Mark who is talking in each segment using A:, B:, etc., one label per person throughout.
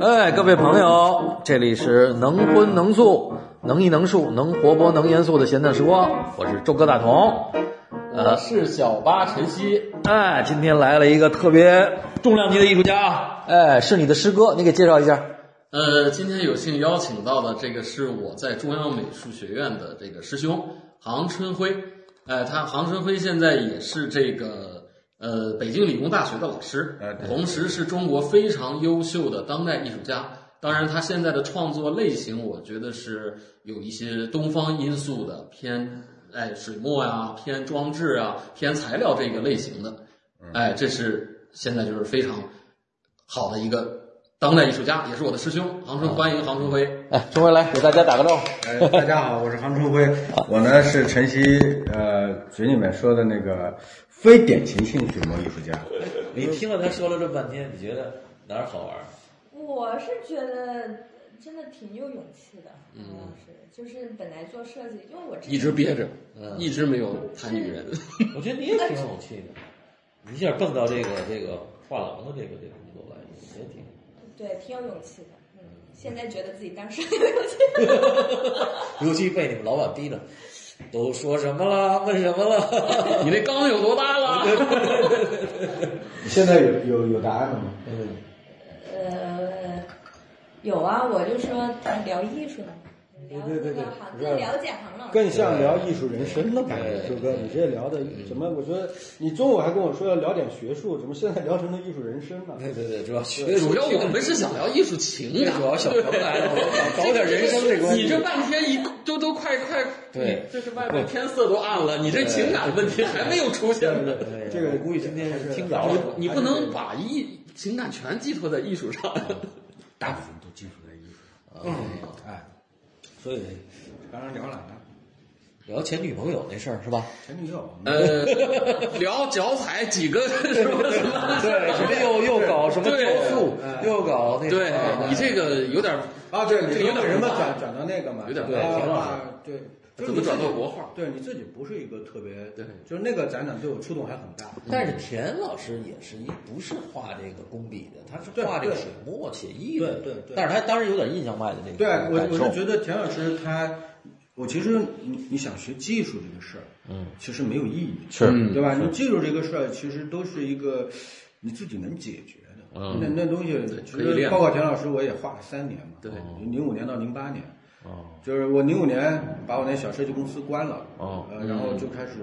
A: 哎，各位朋友，这里是能荤能素、能艺能术、能活泼能严肃的闲谈时光，我是周哥大同。
B: 我呃是小八晨曦，
A: 哎，今天来了一个特别重量级的艺术家啊！哎，是你的师哥，你给介绍一下。
B: 呃，今天有幸邀请到的这个是我在中央美术学院的这个师兄杭春辉，呃，他杭春辉现在也是这个呃北京理工大学的老师
C: 哎，对
B: 同时是中国非常优秀的当代艺术家。当然，他现在的创作类型，我觉得是有一些东方因素的，偏哎水墨呀、偏装置啊、偏材料这个类型的。哎，这是现在就是非常好的一个当代艺术家，也是我的师兄杭春，欢迎杭春辉。
A: 哎，春回来给大家打个招呼。
C: 呃，大家好，我是杭春辉，我呢是晨曦呃嘴里面说的那个非典型性水墨艺术家。
D: 你听了他说了这半天，你觉得哪儿好玩 儿？
E: 我是觉得真的挺有勇气的，嗯，是，就是本来做设计，因为我之前
B: 一直憋着，嗯一直没有谈女人。
D: 我觉得你也挺有勇气的，你一下蹦到这个这个画廊的这个这个工作来，你觉得挺……
E: 对挺有勇气的，嗯，现在觉得自己当时有勇气，
D: 尤其被你们老板逼的，都说什么了？问什么了？
B: 你那缸有多大了？
C: 现在有有有答案了吗？
E: 呃，有啊，我就说聊艺术嘛，聊
C: 对对对对
E: 这个行，更了解行了，
C: 更像聊艺术人生的感觉，
D: 对
C: 周哥，你这聊的什么？我觉得你中午还跟我说要聊点学术，怎么现在聊成了艺术人生呢？
D: 对对对，主要学术
B: 主要我们是想聊艺术情
D: 主
B: 感。
D: 要小朋友来了，我 搞搞点人生这关
B: 你
D: 系。
B: 这半天一都都快快，
D: 对
B: 你这是外边天色都暗了，你这情感问题还没有出现呢。
D: 哎
C: 这个
D: 我估计今天是听着了，
B: 你不能把艺情感全寄托在艺术上。
C: 大部分都基础在艺术。哎，
D: 所以
C: 刚刚聊哪了？
D: 聊前女朋友那事儿是吧？
C: 前女友。
B: 呃，聊脚踩几个 什么什
C: 嗯
B: 么？
D: 对，什
C: 哎
D: 么又又搞什么
B: 对
D: 雕塑，又搞那
B: 对
D: 啥
B: 你这个有点
C: 啊，对，
B: 这
C: 你
B: 个有点
C: 为什么
B: 复杂
C: 转转到那个嘛？
B: 有点
D: 复杂
C: 啊，对，
B: 怎
C: 就是
B: 么
C: 你
B: 转
C: 自己
B: 到国画？
C: 对你自己不是一个特别
B: 对
C: 就是那个展览对我触动还很大。
D: 但是田老师也是一不是画这个工笔的，他是
C: 对
D: 画这个
C: 对
D: 水墨写意的。
C: 对对对
D: 但是他当时有点印象派的那个
C: 对我，
D: 感
C: 我
D: 受
C: 是觉得田老师他，我其实你你想学技术这个事儿，嗯，其实没有意义，
D: 是
B: 嗯
C: 对吧？你技术这个事儿其实都是一个你自己能解决的，嗯，那那东西其
B: 可以
C: 实
B: 练
C: 包括田老师我也画了三年嘛，
B: 对，
C: 零五年到零八年。就是我零五年把我那小设计公司关了，
D: 哦
C: 呃，然后就开始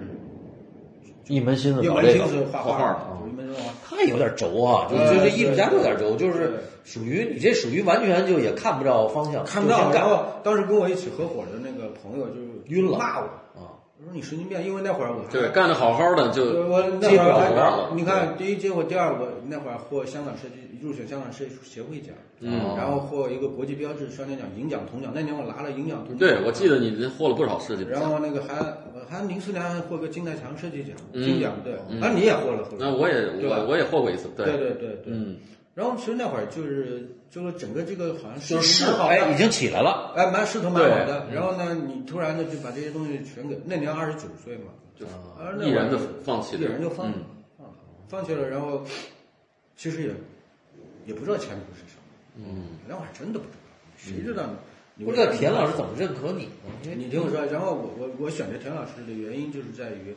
D: 一门心思
C: 一
D: 搞
C: 门
D: 这
C: 心思
D: 个
C: 画
D: 画
C: 画
D: 儿
C: 了，就一门心思画画。
D: 他也有点轴啊，就
C: 对
F: 嗯
D: 就这
C: 对
D: 艺术家都有点轴，就是
C: 对
D: 属于你这属于完全就也看不着方向，
C: 看不
D: 就
C: 到。
D: 先
F: 嗯
C: 然
D: 干
C: 后当时跟我一起合伙的那个朋友就是
D: 晕了
C: 骂我，
D: 啊，
C: 我说你神经病，因为那会儿我还
B: 对，干得好好的就
C: 我那
D: 接
C: 会
D: 不了活
C: 儿
D: 了
C: 还你看第一结果，第二个那会儿获香港设计入选香港设计协会奖，
B: 嗯
C: 然后获一个国际标志双年奖银奖铜奖，那年我拿了银奖铜奖，
B: 对，我记得你获了不少设计
C: 然
B: 奖。
C: 后那个还我还零四年还获个金泰强设计奖
B: 嗯
C: 金奖，对，啊你也获了，获
B: 那
C: 了，
B: 我也
C: 对吧
B: 我我也获过一次，
C: 对对对对。
B: 嗯，
C: 然后其实那会儿就是就是整个这个好像
D: 就是是
C: 好
D: 哎已经起来了，
C: 哎，蛮势头蛮好的。然后呢，你突然的就把这些东西全给那年二十九岁嘛，
B: 就啊
C: 而那
B: 毅然
C: 会
B: 的
C: 儿
B: 放弃
C: 毅
B: 了，
C: 然就放了
B: 嗯，
C: 放了放弃了。然后其实也也不知道前途是什么，嗯，那会儿真的不知道，谁知道呢？你
D: 不知道田老师怎么认可你呢？因为
C: 你听我说，然后我我我选择田老师的原因就是在于，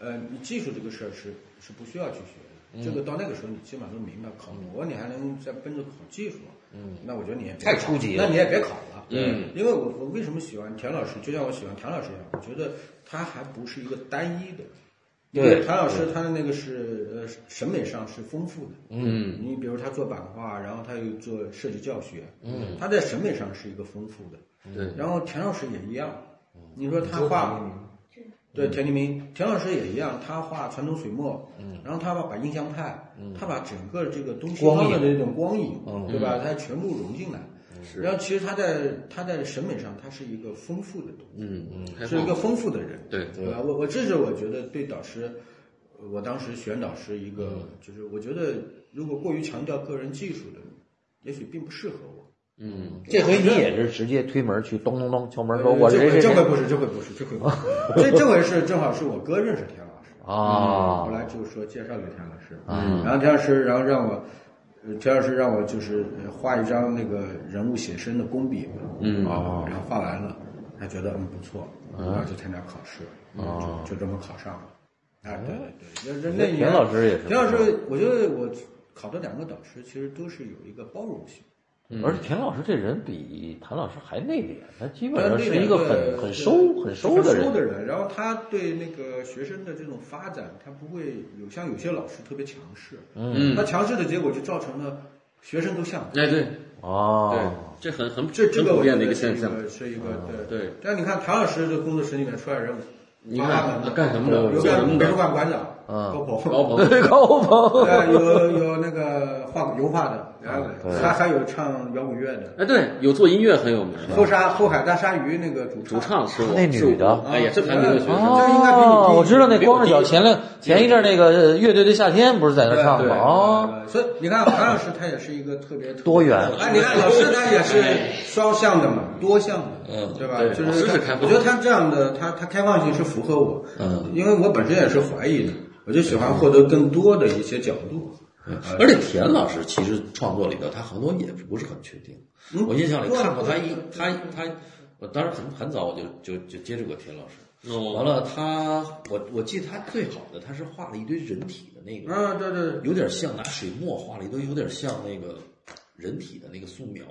C: 呃，你技术这个事儿是是不需要去
D: 嗯
C: 学的，这个到那个时候你起码都明白，考博你还能再奔着考技术，嗯，那我觉得你也别
D: 太
C: 考
D: 初级了
C: 那你也别考了，
B: 嗯，
C: 因为我我为什么喜欢田老师，就像我喜欢唐老师一样，我觉得他还不是一个单一的。
D: 对
C: 因为谭老师他的那个是呃审美上是丰富的，
B: 嗯，
C: 你比如他做版画，然后他又做设计教学，嗯，他在审美上是一个丰富的，
B: 对，
C: 然后田老师也一样，你说他画，对田黎明，田老师也一样，他画传统水墨，然后他把把印象派，他把整个这个东西
D: 光
C: 方的
D: 影
C: 那种光影，对吧？他全部融进来。然后其实他在他在审美上，他是一个丰富的东
B: 嗯嗯，
C: 西，是一个丰富的人，
B: 对
C: 对吧？我我这是我觉得对导师，呃我当时选导师一个，就是我觉得如果过于强调个人技术的，也许并不适合我。
B: 嗯，
D: 这回
A: 哎
D: 你也是直接推门去咚咚咚敲门说，
C: 呃
D: 我
C: 这
D: 这
C: 回这回
D: 这
C: 不是，这回不是，这回不是， 这这回是正好是我哥认识
A: 哦
C: 田老师，嗯
D: 啊
A: 嗯
C: 后来就说介绍给田老师，然后田老师然后让我呃田老师让我就是呃画一张那个人物写生的工笔嘛，
A: 嗯
C: 哦，然后画完了，还觉得嗯不错，然后就参加考试，
A: 哦
C: 就就这么考上了。啊，对对对，那那
A: 田老师也是，嗯
C: 田老师，我觉得我考的两个导师其实都是有一个包容性，
F: 嗯
A: 嗯而且田老师这人比谭老师还内敛，他基本
C: 但
A: 上
C: 这
A: 是
C: 两
A: 一个
C: 个
A: 很很收很收的人。
C: 收的人。然后他对那个学生的这种发展，他不会有像有些老师特别强势，
A: 嗯
C: 他强势的结果就造成了学生都像他。
B: 哎，对对
A: 哦，，
B: 这很很
C: 这这
B: 嗯很
C: 个
B: 普
C: 我觉
B: 遍
C: 得
B: 的一个
C: 是
B: 现象。
C: 是一个对。
B: 对，
C: 但你看谭老师这工作室里面出来人，
B: 你看
C: 的
B: 干什么的，
C: 有
B: 做什
C: 干
B: 么
C: 美术
B: 的，
C: 馆馆长，
A: 嗯
C: 高鹏，
B: 高鹏，
A: 高鹏，
C: 对，有有那个画油画的，然后
A: 啊对
C: 还还有唱摇滚乐的，
B: 哎，对，有做音乐很有名的，
C: 后沙后海大鲨鱼那个主
B: 主唱是我，
A: 那女的
B: 是我哎呀，这排名的学生，
C: 这应该比你低
A: 哦，我知道那光着脚前两前一阵那个呃乐队的夏天不是在那唱
C: 对
A: 吗？哦，，
C: 对所以你看韩老师他也是一个特别
A: 多元
C: 哎，你看老师他也是
F: 哎
C: 双向的嘛，多向的，
B: 嗯
C: 对吧？
B: 对
C: 就
B: 老师是
C: 是
B: 开放
C: 我觉得他这样的他他开放性是符合我，
B: 嗯，
C: 因为我本身也是怀疑的，我就喜欢获得更多的一些角度。
F: 嗯
C: 啊
F: 而且田老师其实创作里头，他很多也不是很确定。我印象里看过他一他他，我当时很很早我就就就接触过田老师。
B: 哦，
F: 完了他，我我记得他最好的，他是画了一堆人体的那个，
C: 嗯，对对，对
F: 有点像拿水墨画了一堆，有点像那个人体的那个素描，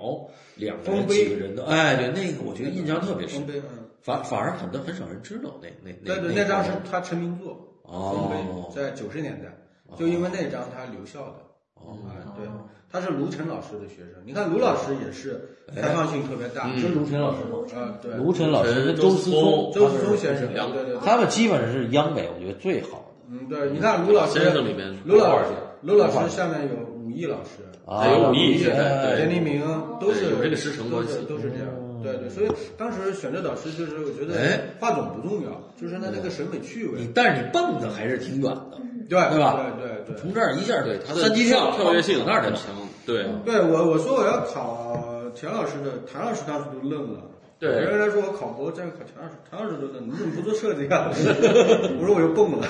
F: 两个人
C: 丰碑
F: 几个人的，哎，对，那个我觉得印象特别深
C: 丰，碑，嗯，
F: 反反而很多很少人知道那那
C: 对
F: 那
C: 对，
F: 那
C: 那张是
F: 张
C: 他成名作，丰
F: 哦
C: 碑，在九十年代，
B: 哦
C: 就因为那张他留校的。
F: 哦
C: 啊，对，他是卢晨老师的学生。你看卢老师也是开放性特别大，
B: 哎嗯
D: 跟卢晨老师吗？
C: 啊，对，
D: 卢晨老师跟周思聪，
C: 周世松先生，
B: 两
C: 对对对，
D: 他们基本上是央美，我觉得最好的
C: 嗯，对，你看卢老师
B: 先，生里面，
C: 卢老师，卢老师下面有武艺老师，
D: 啊。
B: 还有武艺
D: 现
B: 现在对
C: 田黎明，都是
B: 对有这个师承关系哦
C: 都是都是这样。对对，所以当时选择导师就是我觉
F: 哎
C: 得话种不重要，就是他那个审美趣味
F: 你，但是你蹦的还是挺远的，
C: 对
F: 对吧？
C: 对对对，
F: 从这儿一下
B: 对他的
F: 三级跳
B: 跳跃性
F: 那儿去
B: 很
F: 了。
B: 强，对，
C: 对我我说我要考田老师的，谭老师当时都愣了。
B: 对
C: 有人来说我考博，再考田老师，谭老师都愣，你怎么不做设计啊？我说我又蹦了。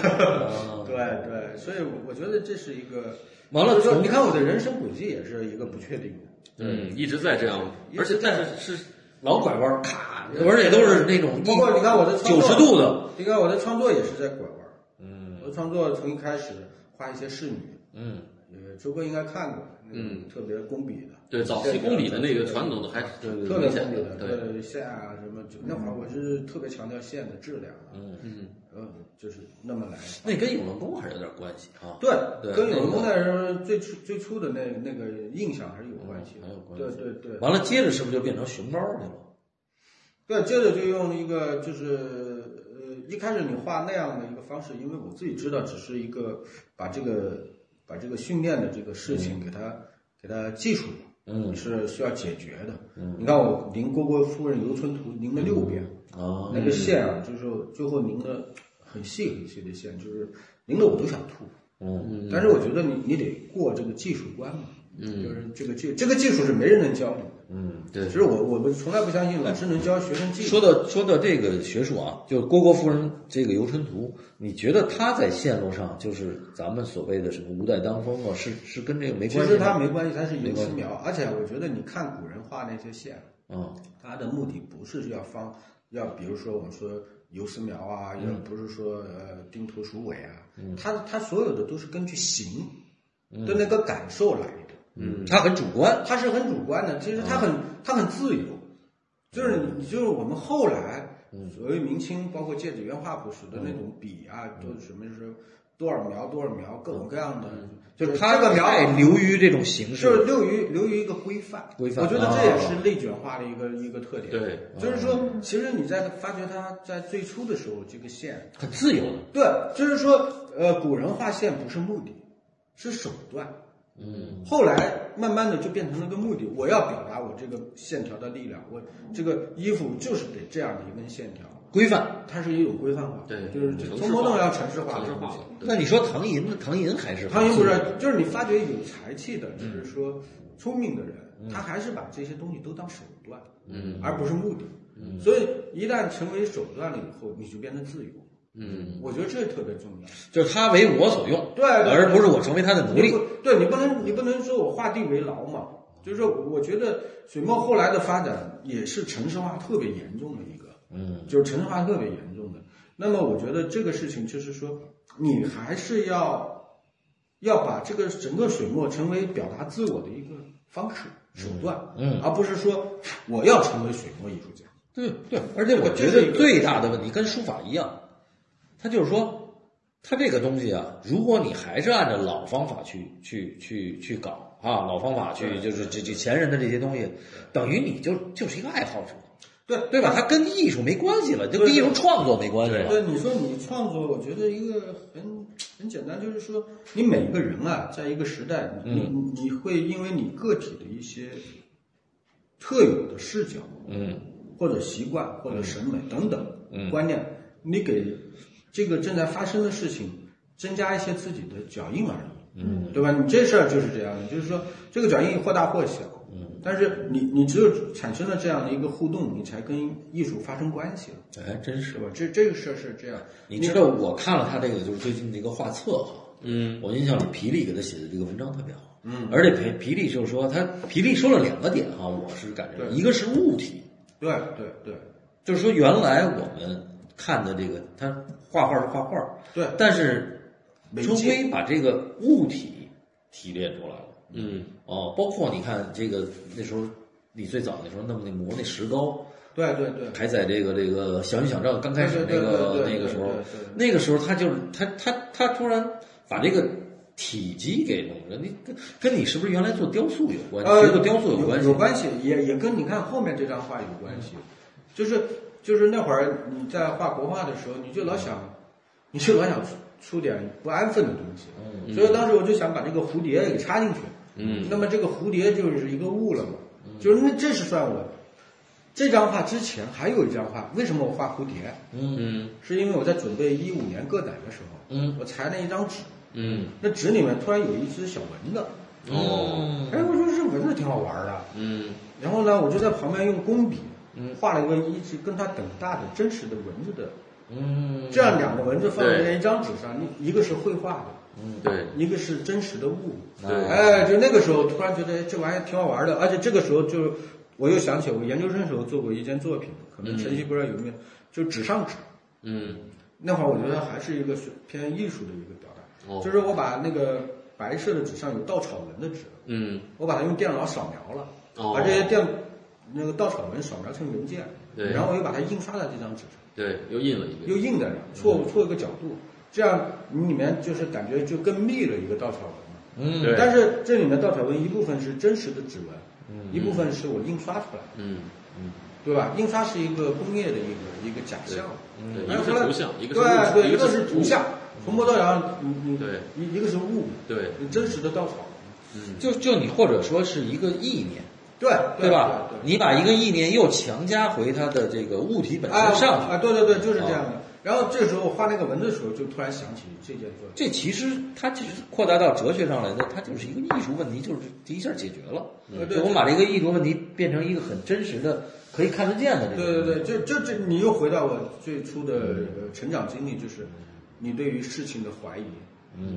C: 对对，所以我我觉得这是一个。
F: 完了
C: 就是说
F: 从
C: 你看我的人生轨迹也是一个不确定的。
B: 嗯，一直在这样，而且但是是
F: 老拐弯，咔，而且都是那种
C: 包括你看我的创
F: 九
C: 作啊
F: 十度的，
C: 你看我的创作也是在拐弯。嗯，我的创作从一开始画一些仕女，
A: 嗯，
C: 呃，周哥应该看过，那个
B: 嗯
C: 特别工笔的，
B: 对早期工笔的那个传统的还
C: 对
B: 挺
C: 特
B: 明
C: 别工
B: 显
C: 笔
B: 的，
C: 的，
B: 对，
C: 对线啊什么，就那会儿我是特别强调线的质量啊，
B: 嗯，
C: 嗯，就是那么来。
F: 那跟永乐宫还是有点关系啊。
C: 对，
F: 对
C: 跟
F: 那
C: 永
F: 个
C: 乐宫那时候最初最初的那那个印象还是有关系的
F: 嗯还有，关
C: 对
F: 系
C: 对对。
F: 完了，接着是不是就变成熊猫去了？
C: 对，接着就用一个就是呃，一开始你画那样的一个方式，因为我自己知道，只是一个把这个把这个训练的这个事情给它、给它技术了，嗯，是需要解决的。嗯，你看我临《虢国夫人游春图》临了六遍，
F: 啊，
C: 那个线啊，就是最后凝的很细很细的线，就是凝的我都想吐。嗯，但是我觉得你你得过这个技术关嘛，嗯，就是这个技这个技术是没人能教你的，
F: 嗯，对
C: 只。是我我们从来不相信老师能教学生技术
F: 说。到说到这个学术啊，就是郭国夫人这个《游春图》，你觉得她在线路上，就是咱们所谓的什么“无代当风”啊，是是跟这个没
C: 其
F: 关系吗？
C: 实它没关系，它是
F: 没
C: 油
F: 关
C: 漆
F: 系
C: 描，而且我觉得你看古人画那些线，
F: 啊，
C: 它的目的不是要方，要比如说我们说游丝描啊，
F: 嗯
C: 要不是说呃钉头鼠尾啊，它它所有的都是根据形的那个感受来的，
F: 嗯，她很主观，
C: 它是很主观的，其实它很它很自由，就是你
F: 嗯
C: 就是我们后来所谓明清，包括芥子园画谱时的那种笔啊，
F: 嗯
C: 都是什么是多少描多少描，各种各样的，
F: 嗯就是
C: 它
F: 她
C: 这个描啊
F: 太流于这种形式
C: 就是
F: 了。
C: 流于流于一个规范，
F: 规范
C: 我觉得这也是内卷化的一个、一个特点。
B: 对，
C: 就是说，其实你在发觉它在最初的时候，这个线，
F: 很自由的，
C: 对，就是说，呃，古人画线不是目的，是手段。嗯，后来慢慢的就变成了个目的，我要表达我这个线条的力量，我这个衣服就是得这样的一根线条，
F: 规范。
C: 它是一种规范化，
B: 对
C: 就是
B: 城市化
C: 从某种要城市化
B: 城
C: 的
B: 市
C: 东
B: 化
C: 西
B: 了。，对
F: 那你说唐寅呢？唐寅还是
C: 唐寅不
F: 很自
C: 是
F: 由，
C: 就是你发觉有才气的，就是
F: 嗯
C: 说聪明的人，他还是把这些东西都当手段，
F: 嗯
C: 嗯，而不是目的。所以一旦成为手段了以后，你就变得自由。
F: 嗯，
C: 我觉得这特别重要。
F: 就是它为我所用，
C: 对对
F: 而不是我成为它的奴
C: 你
F: 隶
C: 不。对你不能你不能说我画地为牢嘛。就是说我觉得水墨后来的发展也是城市化特别严重的一个，
F: 嗯，
C: 就是城市化特别严重的。那么我觉得这个事情就是说，你还是要要把这个整个水墨成为表达自我的一个方式手段，
F: 嗯嗯
C: 而不是说我要成为水墨艺术家。
F: 对对，而且我觉得最大的问题跟书法一样，它就是说，它这个东西啊，如果你还是按照老方法去去去去搞啊，老方法去就是这这前人的这些东西，等于你就就是一个爱好者，
C: 对
F: 对吧？它跟艺术没关系了，就
C: 对
F: 跟
C: 对
F: 艺术创作没关系啊了。
C: 对，你说你创作，我觉得一个很很简单，就是说你每个人啊，在一个时代，你、
F: 嗯
C: 你你会因为你个体的一些特有的视角，
F: 嗯，
C: 或者习惯，或者审美等等、
F: 嗯
C: 观念，你给这个正在发生的事情增加一些自己的脚印而已，嗯，对吧？你这事儿就是这样的，就是说这个脚印或大或小，嗯，但是你你只有产生了这样的一个互动，你才跟艺术发生关系了。
F: 哎，真是
C: 是。吧？这这个事儿是这样，
F: 你知道我看了他这个就是最近这个画册哈，嗯，我印象里皮力给他写的这个文章特别好，
C: 嗯
F: 而且皮皮力就是说他皮力说了两个点哈，我是感觉
C: 对
F: 一个是物体，
C: 对对对
F: 就是说原来我们看的这个他画画是画画，
C: 对
F: 但是
C: 媒介
F: 终归把这个物体提炼出来了，
B: 嗯，
F: 哦，包括你看这个那时候你最早那时候弄那磨那石膏，
C: 对对对，
F: 还在这个这个想与想照刚开始那
C: 对对对
F: 个
C: 对
F: 那个时候
C: 对对对，
F: 那个时候他就是他他他突然把这个体积给弄了，你跟跟你是不是原来做雕塑有关系？学过雕塑
C: 有
F: 关系？
C: 呃有关系，也也跟你看后面这张画有关系，就是就是那会儿你在画国画的时候，你就老想，你就老想出出点不安分的东西，嗯，所以当时我就想把这个蝴蝶给插进去，嗯，那么这个蝴蝶就是一个物了嘛，
F: 嗯
C: 就是那这是算我。这张画之前还有一张画，为什么我画蝴蝶？
B: 嗯
C: 是因为我在准备一五年个展的时候，
F: 嗯，
C: 我裁了一张纸，
B: 嗯
C: 那纸里面突然有一只小蚊子，
B: 哦
C: 哎，我说这蚊子挺好玩儿的。
B: 嗯
C: 然后呢，我就在旁边用工笔，画了一个一只跟它等大的真实的蚊子的，
F: 嗯
C: 这样两个蚊子放在
B: 对
C: 一张纸上，你一个是绘画的，
B: 对
C: 一个是真实的物。
B: 对
C: 哎，就那个时候突然觉得哎这玩意儿挺好玩儿的，而且这个时候就我又想起我研究生时候做过一件作品，可能晨曦不知道有没有，就纸上纸。
B: 嗯
C: 那会儿我觉得还是一个是偏艺术的一个表达，
B: 哦
C: 就是我把那个白色的纸上有稻草人的纸，
B: 嗯
C: 我把它用电脑扫描了，
B: 哦
C: 把这些电那个稻草人扫描成文件，
B: 对
C: 然后我又把它印刷在这张纸上，
B: 对，又印了一个
C: 又印在那，错错一个角度，这样你里面就是感觉就更密了一个稻草人嘛。
F: 嗯
B: 对
C: 但是这里面稻草人一部分是真实的指纹，一部分是我印刷出来的，
B: 嗯
C: 对吧？印刷是一个工业的一个一个假象。
B: 对，一
C: 哎
B: 个是
C: 后来
B: 图像，一个是
C: 对啊
B: 物质
C: 对，
B: 一
C: 一
B: 个
C: 个
B: 是
C: 是
B: 物
C: 图像，从摸到阳，你你
B: 对
C: 一一个是物，
B: 对
C: 你真实的稻草，
B: 嗯
F: 就就你或者说是一个意念，
C: 对
F: 对吧？
C: 对，
F: 你把一个意念又强加回它的这个物体本
C: 啊
F: 身上去，
C: 啊，对对对，就是这样的。然后这时候我画那个文字的时候，就突然想起这件作品。
F: 这其实它其实扩大到哲学上来的，它就是一个艺术问题，就是一下解决了。
C: 嗯
F: 就我们把这个艺术问题变成一个很真实的、可以看得见的这
C: 对
F: 个。
C: 对对，这这这，你又回到我最初的
F: 嗯
C: 呃成长经历，就是你对于事情的怀疑，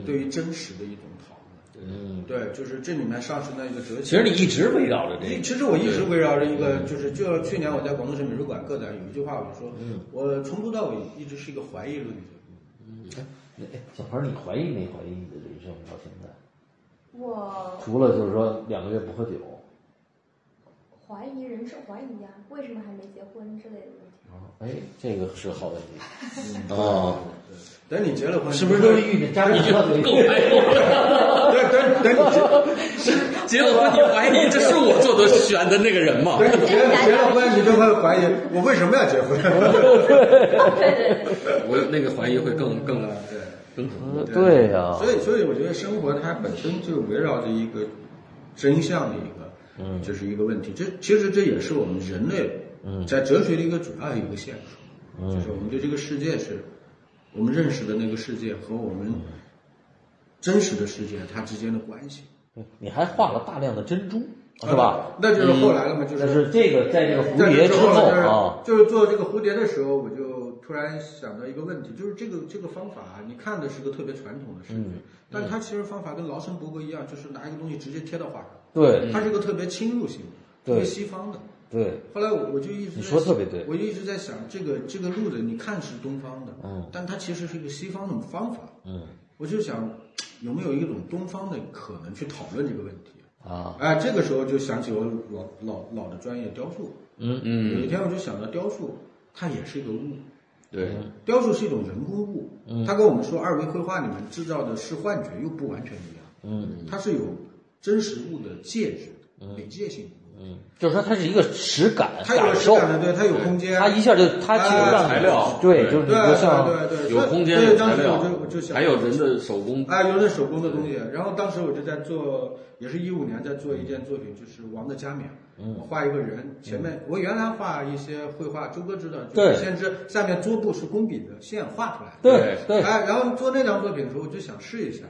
C: 对于真实的一种讨论。
F: 嗯，
C: 对，就是这里面上升到一个哲学。
F: 其实你一直围绕着这
C: 一
F: 个。
C: 其实我一直围绕着一个，就是就去年我在广东省美术馆个展有一句话，我就说，
D: 嗯
C: 我从头到尾一直是一个怀疑论者。
D: 哎，小鹏，你怀疑没怀疑你的人生到现在？
E: 我
D: 除了就是说两个月不喝酒，
E: 怀疑人生，怀疑呀、为什么还没结婚之类的问题。
D: 哎，这个是好问题。
F: 哦，
C: 等你结了婚，
D: 是不是都是遇见渣男了？
B: 够没有了。
C: 等等等你结
B: 结了婚，你怀疑这是我做的选的那个人吗？
C: 等你结了结了婚，你就会怀疑我为什么要结 婚？
E: 对对对，
B: 我那个怀疑会更更
C: 对，
B: 更恐怖。
D: 对
F: 啊
D: 呀、
C: 所以所以我觉得生活它本身就围绕着一个真相的一个，嗯，这是一个问题。这其实这也是我们人类，嗯，在哲学的一个主要一个现实，嗯，就是我们对这个世界是，我们认识的那个世界和我们真实的世界它之间的关系，
D: 你还画了大量的珍珠，
C: 啊
D: 哦是吧？？嗯
C: 那就是后来了嘛，就
D: 就是是这个在这个蝴
C: 在
D: 蝶之
C: 之后
D: 后
C: 就是
D: 啊，
C: 就是做这个蝴蝶的时候，我就突然想到一个问题，就是这个这个方法啊，你看的是个特别传统的视觉，
D: 嗯
C: 但它其实方法跟劳森伯格一样，就是拿一个东西直接贴到画上，
F: 对
C: 它是个特别侵入性的，
F: 对
C: 特别西方的。
F: 对，
C: 后来我我就一直在
F: 你说特别对
C: 我就一直在想，这个这个路子你看是东方的，
F: 嗯，
C: 但它其实是一个西方的方法，
F: 嗯，
C: 我就想有没有一种东方的可能去讨论这个问题。
F: 啊，
C: 哎，这个时候就想起我老老老的专业雕塑，
F: 嗯
C: 有
F: 嗯
C: 一天我就想到雕塑，它也是一个物，
B: 对，
C: 雕塑是一种人工物，
B: 嗯
C: 它跟我们说二维绘画里面制造的是幻觉又不完全一样，
F: 嗯，
C: 它是有真实物的介质、
B: 嗯
C: 媒介性的东西，
F: 就是说它是一个实感
C: 它有
F: 感
C: 实
F: 受，
C: 感的，对，它有空间，
F: 它一下就它其实让
B: 材
F: 你
B: 料
F: 对，
B: 对
F: 就是
C: 对
F: 你就像
C: 对对对，
B: 有
C: 所以
B: 空间
C: 对，
B: 有
C: 当
B: 材
C: 时
B: 料
C: 我就我就，想，
B: 还有人的手工，
C: 啊，有点手工的东西。然后当时我就在做，也是一五年在做一件作品，就是《王的加冕》。
B: 嗯
C: 我画一个人，前面我原来画一些绘画，周哥知道，就
F: 对
C: 是先知下面桌布是工笔的线画出来的。
F: 对对
C: 哎，然后做那张作品的时候，我就想试一下，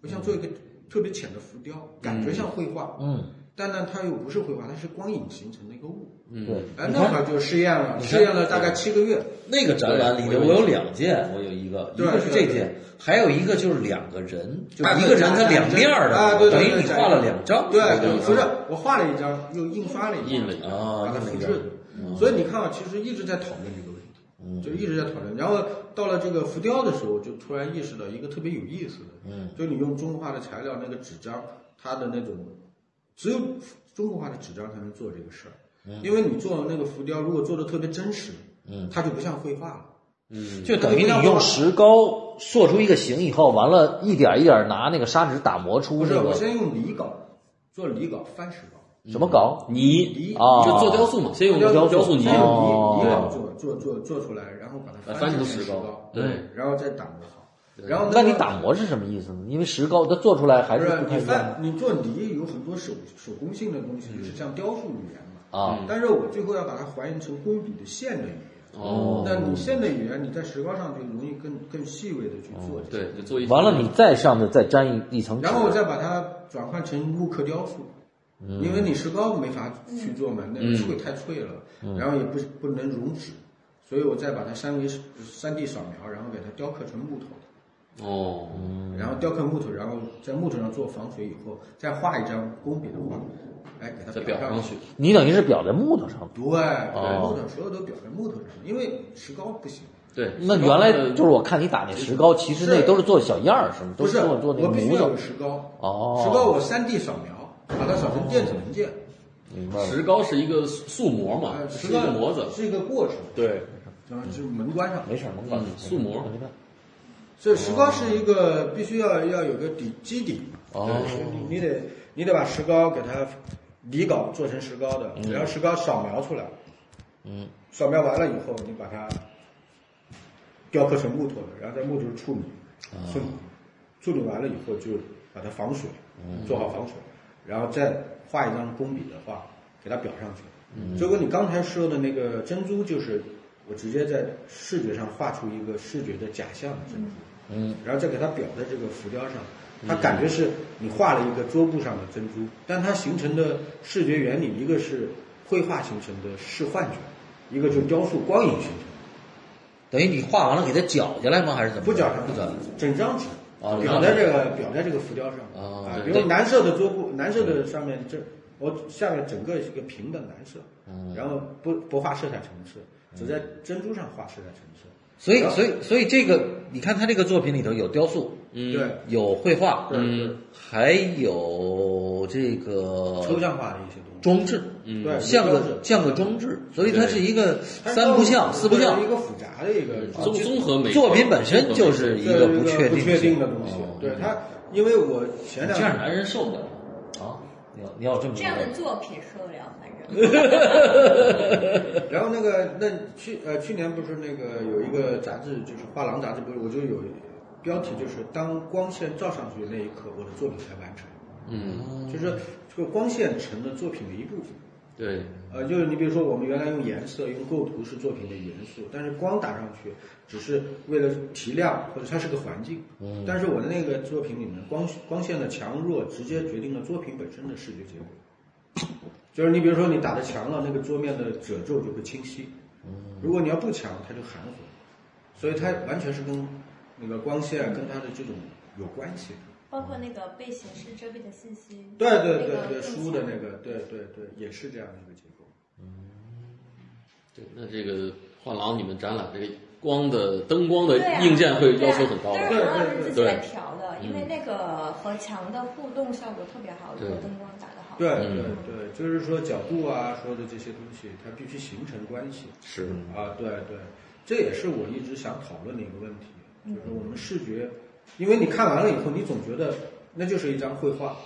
C: 我想做一个特别浅的浮雕，感觉像绘画，
F: 嗯，
C: 但呢它又不是绘画，它是光影形成的一个物。
F: 对
B: 嗯，，
C: 哎，
F: 你
C: 那
F: 看
C: 会儿就试验了，
F: 你看
C: 试验了大概七个月。
F: 那个展览里
B: 对
F: 面，
B: 我
F: 我
B: 有
F: 有两件，我有一个，一
C: 对
F: 个是这
C: 对
F: 件，还有一个就是两个人，就
C: 啊
F: 一
C: 对
F: 个人他
C: 展
F: 两面儿的，
C: 啊对对
F: 等
C: 对
F: 于你
C: 展
F: 画了两张，
C: 对
F: 啊，
C: 不是我画了一张，又印刷了一张，
B: 印了一张
F: 啊，
C: 把它
F: 那么
C: 复
F: 一
C: 制
F: 张，
C: 的。
F: 嗯
C: 所以你看啊，其实一直在讨论这个问题，就一直在讨论。然后到了这个浮雕的时候，就突然意识到一个特别有意思的，嗯，就你用中国画的材料，那个纸张，它的那种，只有中国画的纸张才能做这个事
F: 嗯
C: 儿，因为你做那个浮雕，如果做的特别真实，嗯，它就不像绘画了。
F: 就嗯等于你用石膏塑出一个形以后，完了，一点一点拿那个砂纸打磨出
C: 不是，
F: 这
C: 我
F: 个
C: 先用泥稿做泥稿翻石膏，
F: 什么膏
B: 泥
F: 啊
B: 就做雕塑嘛，先用
C: 雕
B: 雕塑泥，
C: 先用
F: 哦
C: 泥泥稿做做做做出来，然后把它
B: 翻
C: 成
B: 成
C: 石
B: 石
C: 膏
B: 膏，对，
C: 然后再打磨好。然后个
F: 那你打磨是什么意思呢？因为石膏它做出来还
C: 不
F: 是
C: 是
F: 不太
C: 你
F: 一样
C: 翻你做泥有很多手手工性的东西，就是像雕塑语言嘛。
F: 啊。
C: 但是我最后要把它还原成工笔的线的语言。
B: 哦，
C: 那你线的语言，你在石膏上就容易更更细微的去做这些。
B: 哦对，就做一
F: 完了，你再上面再粘一一层纸
C: 然，后我再把它转换成木刻雕塑，
F: 嗯
C: 因为你石膏没法去做嘛，那个脆太脆了，
F: 嗯
C: 然后也不不能溶脂，所以我再把它三维三 D 扫描，然后给它雕刻成木头。
B: 哦，
F: 嗯
C: 然后雕刻木头，然后在木头上做防水以后，再画一张工笔的画，哎，给它
B: 再
C: 裱
B: 裱上
C: 去。
B: 去，
F: 你等于是裱在木头上的。
C: 对，对，
F: 哦
C: 木头所有都裱在木头上，因为石膏不行。
B: 对，
F: 那原来就是我看你打那石膏，其实那都是做小样儿，什么都
C: 不是，
F: 做做那个
C: 我必须
F: 模
C: 要
F: 子
C: 有。石膏。
F: 哦
C: 石膏我三 D 扫描，把它扫成电子文件。
F: 明白了。
B: 石膏是一个塑模嘛，
C: 呃
B: 是
C: 石
B: 一
C: 膏
B: 个模子，
C: 是一个过程，
B: 对，
C: 然后就门关上。
F: 没事儿，能管
B: 嗯塑模
F: 没事儿
C: 这石膏是一个必须要要有个底基底，
F: 哦
C: 对你你得你得把石膏给它底稿做成石膏的，然后石膏扫描出来，
F: 嗯，
C: 扫描完了以后，你把它雕刻成木头的，然后在木头上处理，
F: 啊
C: 处理，处理完了以后就把它防水，
F: 嗯
C: 做好防水，然后再画一张工笔的画，给它裱上去。
F: 嗯
C: 就跟你刚才说的那个珍珠，就是我直接在视觉上画出一个视觉的假象的珍珠，嗯，然后再给它裱在这个浮雕上，
F: 嗯
C: 它感觉是你画了一个桌布上的珍珠，但它形成的视觉原理，一个是绘画形成的是幻觉，一个就是雕塑光影形成的。
F: 等于你画完了给它绞下来吗？还是怎么着？
C: 不绞上，
F: 嗯不绞下来。
C: 整张纸
F: 啊
C: 裱在这个裱在这个浮雕上
F: 啊
C: 啊，
F: 对
C: 比如蓝色的桌布，蓝色的上面这我下面整个是一个平的蓝色，
F: 嗯
C: 然后不不画色彩层次，只在珍珠上画色彩层次。
F: 所以
C: 然，后
F: 所以，所以这个，你看他这个作品里头有雕塑，
B: 嗯，
C: 对
F: 有绘画，
B: 嗯，
F: 还有这个
C: 抽象化的一些东西，
F: 装置，
B: 嗯
C: 对，
F: 像
C: 装置
F: 个像个装置，所以它
B: 对
F: 是一个
C: 它是
F: 三不像、四不
C: 一
F: 像。
C: 个复杂的一个
B: 嗯
C: 啊
B: 综综合美
F: 作品本身就是一
C: 这个
F: 个不确
C: 不
F: 定
C: 确定
F: 性
C: 的东西
F: 哦。
C: 对它，因为我前两
D: 这样男人受不了。
F: 啊，你要你要这么
E: 这
F: 说
E: 样的作品受不了，反正
C: 然后那个那去呃去年不是那个有一个杂志就是画廊杂志，不是我就有标题就是当光线照上去那一刻，我的作品才完成，
B: 嗯，
C: 就是这个光线成了作品的一部分。
B: 对，
C: 呃，就是你比如说，我们原来用颜色、用构图是作品的元素，但是光打上去只是为了提亮，或者它是个环境。嗯。但是我的那个作品里面，光光线的强弱直接决定了作品本身的视觉结果。就是你比如说，你打的强了，那个桌面的褶皱就会清晰；如果你要不强，它就含糊。所以它完全是跟那个光线跟它的这种有关系的。
E: 包括那个被显示遮蔽的信息，
C: 对对对
E: 那
C: 对，
E: 个
C: 书的那个，对对对，也是这样的一个结构。
B: 对，那这个画廊你们展览这个光的灯光的
E: 对啊
B: 硬件会要求很高
E: 对
B: 吧
C: 对
E: 啊当然黄老师自己
B: 对嗯
E: 来调的，因为那个和墙的互动效果特别好，如
B: 对
E: 果灯光打得好。
C: 对
B: 嗯
C: 对对，就是说角度啊，说的这些东西，它必须形成关系
B: 是，
C: 啊。对对，这也是我一直想讨论的一个问题，就是说我们视觉，因为你看完了以后，你总觉得那就是一张绘画，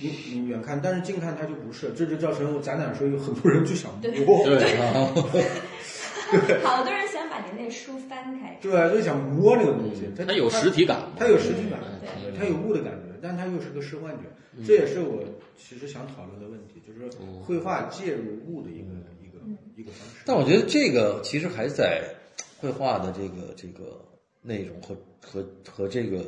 C: 你你远看，但是近看它就不是，这就造成展览的时候有很多人就想
E: 对
C: 摸，
B: 对，
E: 好多人想把您那书翻开，
C: 对，就想摸那个东西，
B: 嗯它有实体感嘛，
C: 它有实体感，
E: 对
C: 它有
F: 嗯
C: 物的感觉，但它又是个视幻觉，这也是我其实想讨论的问题，就是说绘画介入物的一个一个一个方式。
F: 哦嗯但我觉得这个其实还在绘画的这个这个内容和和和这个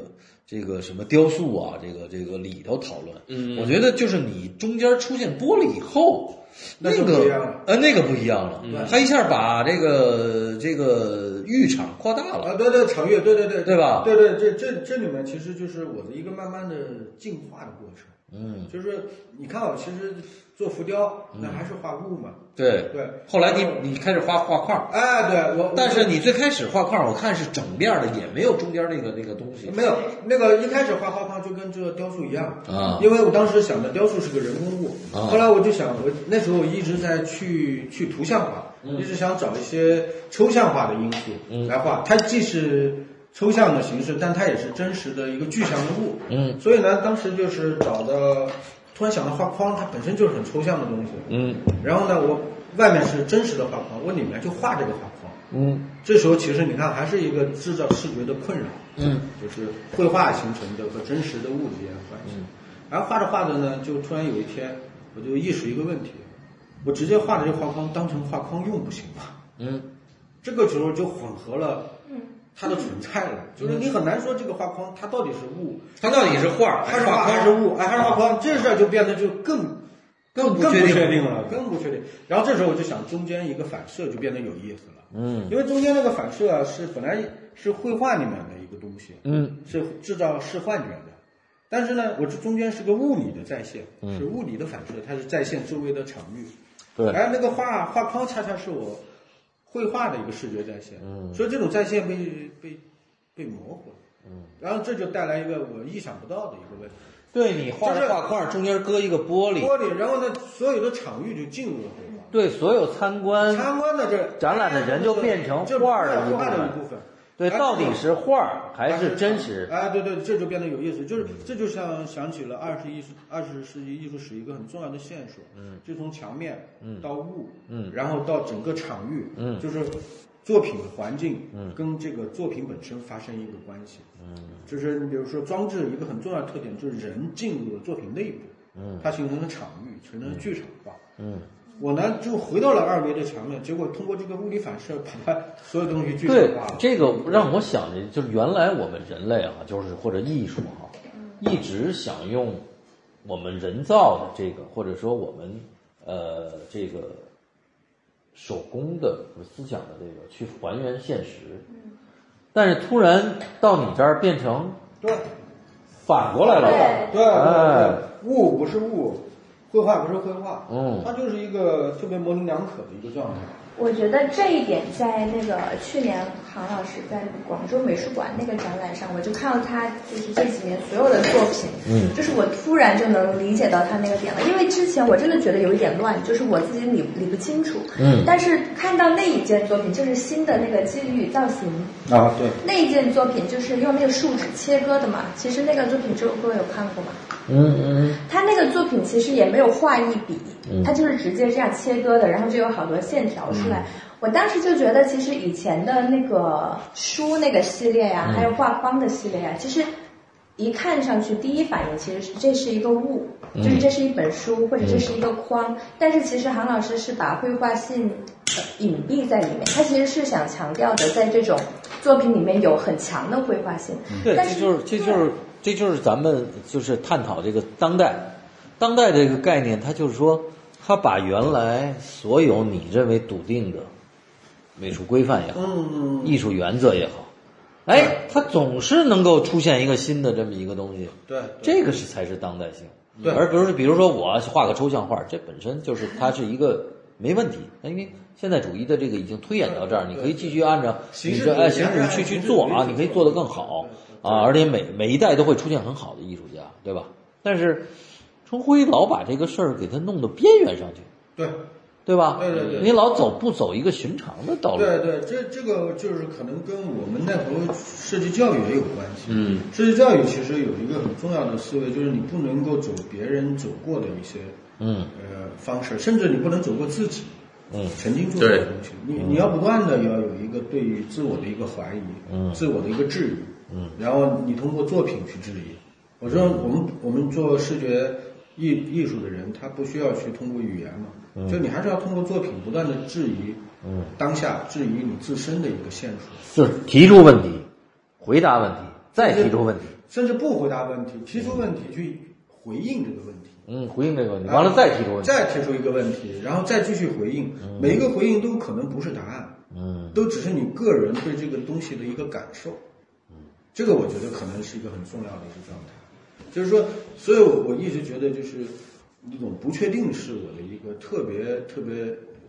F: 这个什么雕塑啊，这个这个里头讨论。
B: 嗯
F: 我觉得就是你中间出现玻璃以后，
C: 那
F: 那
C: 就不一样
F: 个
C: 了
F: 呃那个不一样了，他一下把这个这个浴场扩大了。
C: 啊，对对，场乐，对对对，
F: 对吧
C: 对对，这这这里面其实就是我的一个慢慢的进化的过程。
F: 嗯，
C: 就是你看我其实做浮雕，那还是画物嘛。
F: 对。
C: 对，
F: 后来你你开始画画框，
C: 哎，对我，我
F: 但是你最开始画框，我看是整面的，也没有中间那个那个东西。
C: 没有那个一开始画画框就跟这个雕塑一样
F: 啊
C: 因为我当时想的雕塑是个人工物，
F: 啊
C: 后来我就想，我那时候我一直在去去图像化，
F: 嗯
C: 一直想找一些抽象化的因素来画，它既是抽象的形式，但它也是真实的一个具象的物，
F: 嗯，
C: 所以呢，当时就是找的，突然想到画框，它本身就是很抽象的东西，
F: 嗯
C: 然后呢，我外面是真实的画框，我里面就画这个画框，
F: 嗯
C: 这时候其实你看，还是一个制造视觉的困扰，
F: 嗯，
C: 就是绘画形成的和真实的物之间的关系。
F: 嗯
C: 然后画着画着呢，就突然有一天，我就意识一个问题：我直接画的这画框当成画框用不行吗？
F: 嗯
C: 这个时候就混合了
E: 嗯，
C: 它的存在了，就是你很难说这个画框它到底是物，
F: 它到底是嗯画
C: 还是画还是物，哎，还是画框，这事儿就变得就更
F: 更不
C: 更
F: 确
C: 不
F: 定
C: 确定了，更不确定。然后这时候我就想，中间一个反射就变得有意思了。
F: 嗯，
C: 因为中间那个反射啊是本来是绘画里面的一个东西，
F: 嗯，
C: 是制造视幻觉的。但是呢，我这中间是个物理的再现，是物理的反射，它是再现周围的场域。
F: 对
C: 而那个画画框恰恰是我绘画的一个视觉再现，嗯，所以这种再现被被被模糊了，嗯，然后这就带来一个我意想不到的一个问题。
F: 对你画的画框中间搁一个玻璃，
C: 玻璃，然后呢，所有的场域就进入了绘画。
A: 对所有参观
C: 参观的这
A: 展览的人就变成
C: 就
A: 画儿的一
C: 变成画
A: 部
C: 的
A: 分
C: 一部分。
A: 对，
C: 哎
A: 到底是画儿还是真实？
C: 哎，对对，这就变得有意思，就是这就像想起了二十一世二十世纪艺术史一个很重要的线索，嗯，就从墙面，嗯，到物，嗯，然后到整个场域，嗯，就是作品的环境，嗯，跟这个作品本身发生一个关系，嗯，就是你比如说装置一个很重要的特点就是人进入了作品内部，嗯，它形成了场域，形成了剧场化，
F: 嗯，
C: 我呢就回到了二维的墙面，结果通过这个物理反射把它所有东西具象
A: 对
C: 化了，，
A: 这个让我想的就是原来我们人类啊，就是或者艺术哈、一直想用我们人造的这个，或者说我们呃这个手工的思想的这个去还原现实，但是突然到你这儿变成
C: 对。
A: 反过来了，
C: 对
A: 哎
C: 对对，物不是物，绘画不是绘画，
A: 嗯
C: 它就是一个特别模棱两可的一个状态。
E: 我觉得这一点在那个去年杭老师在广州美术馆那个展览上，我就看到他就是这几年所有的作品，嗯，就是我突然就能理解到他那个点了，因为之前我真的觉得有一点乱，就是我自己理理不清楚，嗯，但是看到那一件作品，就是新的那个机遇造型，
C: 啊，对，
E: 那一件作品就是用那个树脂切割的嘛，其实那个作品周哥有看过吗？
A: 嗯嗯
E: 他那个作品其实也没有画一笔，他就是直接这样切割的，然后就有好多线条出来。
A: 嗯
E: 我当时就觉得，其实以前的那个书那个系
A: 嗯
E: 列呀、还有画框的系列呀、其实一看上去第一反应其实是这是一个物，
A: 嗯
E: 就是这是一本书或者这是一个框，但是其实韩老师是把绘画性呃隐蔽在里面，他其实是想强调的，在这种作品里面有很强的绘画性。
A: 对，
E: 但
A: 这就是这就是这就是咱们就是探讨这个当代，当代这个概念，它就是说，它把原来所有你认为笃定的，美术规范也好，
C: 嗯，
A: 艺术原则也好，哎，它总是能够出现一个新的这么一个东西，
C: 对，
A: 这个是才是当代性。
C: 对
A: 而比如说，比如说我画个抽象画，这本身就是它是一个没问题，因为现代主义的这个已经推演到这儿，你可以继续按照
C: 形
A: 你
C: 式
A: 这
C: 主义
A: 哎形式
C: 按照
A: 去去
C: 形式
A: 做
C: 主义
A: 啊，
C: 去
A: 你可以做
C: 做
A: 得更好
C: 对
A: 啊，而且每每一代都会出现很好的艺术家，对吧？但是春晖老把这个事儿给它弄到边缘上去，
C: 对，
A: 对吧？
C: 对对对
A: 你老走不走一个寻常的道路，
C: 对对，这这个就是可能跟我们那时候设计教育也有关系。
A: 嗯，
C: 设计教育其实有一个很重要的思维，就是你不能够走别人走过的一些
A: 嗯
C: 呃方式，甚至你不能走过自己
A: 嗯
C: 曾经做过的东西。你你要不断的要有一个对于自我的一个怀疑，
A: 嗯
C: 自我的一个质疑，
A: 嗯，
C: 然后你通过作品去质疑。我说我们我们做视觉艺艺术的人，他不需要去通过语言嘛，就你还是要通过作品不断的质疑，
A: 嗯，
C: 当下质疑你自身的一个现实，
A: 就是提出问题，回答问题，再提出问题，
C: 甚至不回答问题，提出问题去回应这个问题。
A: 嗯，回应这个问题，完了再提出问题，
C: 再提出一个问题，然后再继续回应，每一个回应都可能不是答案，
A: 嗯
C: 都只是你个人对这个东西的一个感受。
A: 嗯
C: 这个我觉得可能是一个很重要的一个状态，就是说，所以我我一直觉得就是一种不确定是我的一个特别特别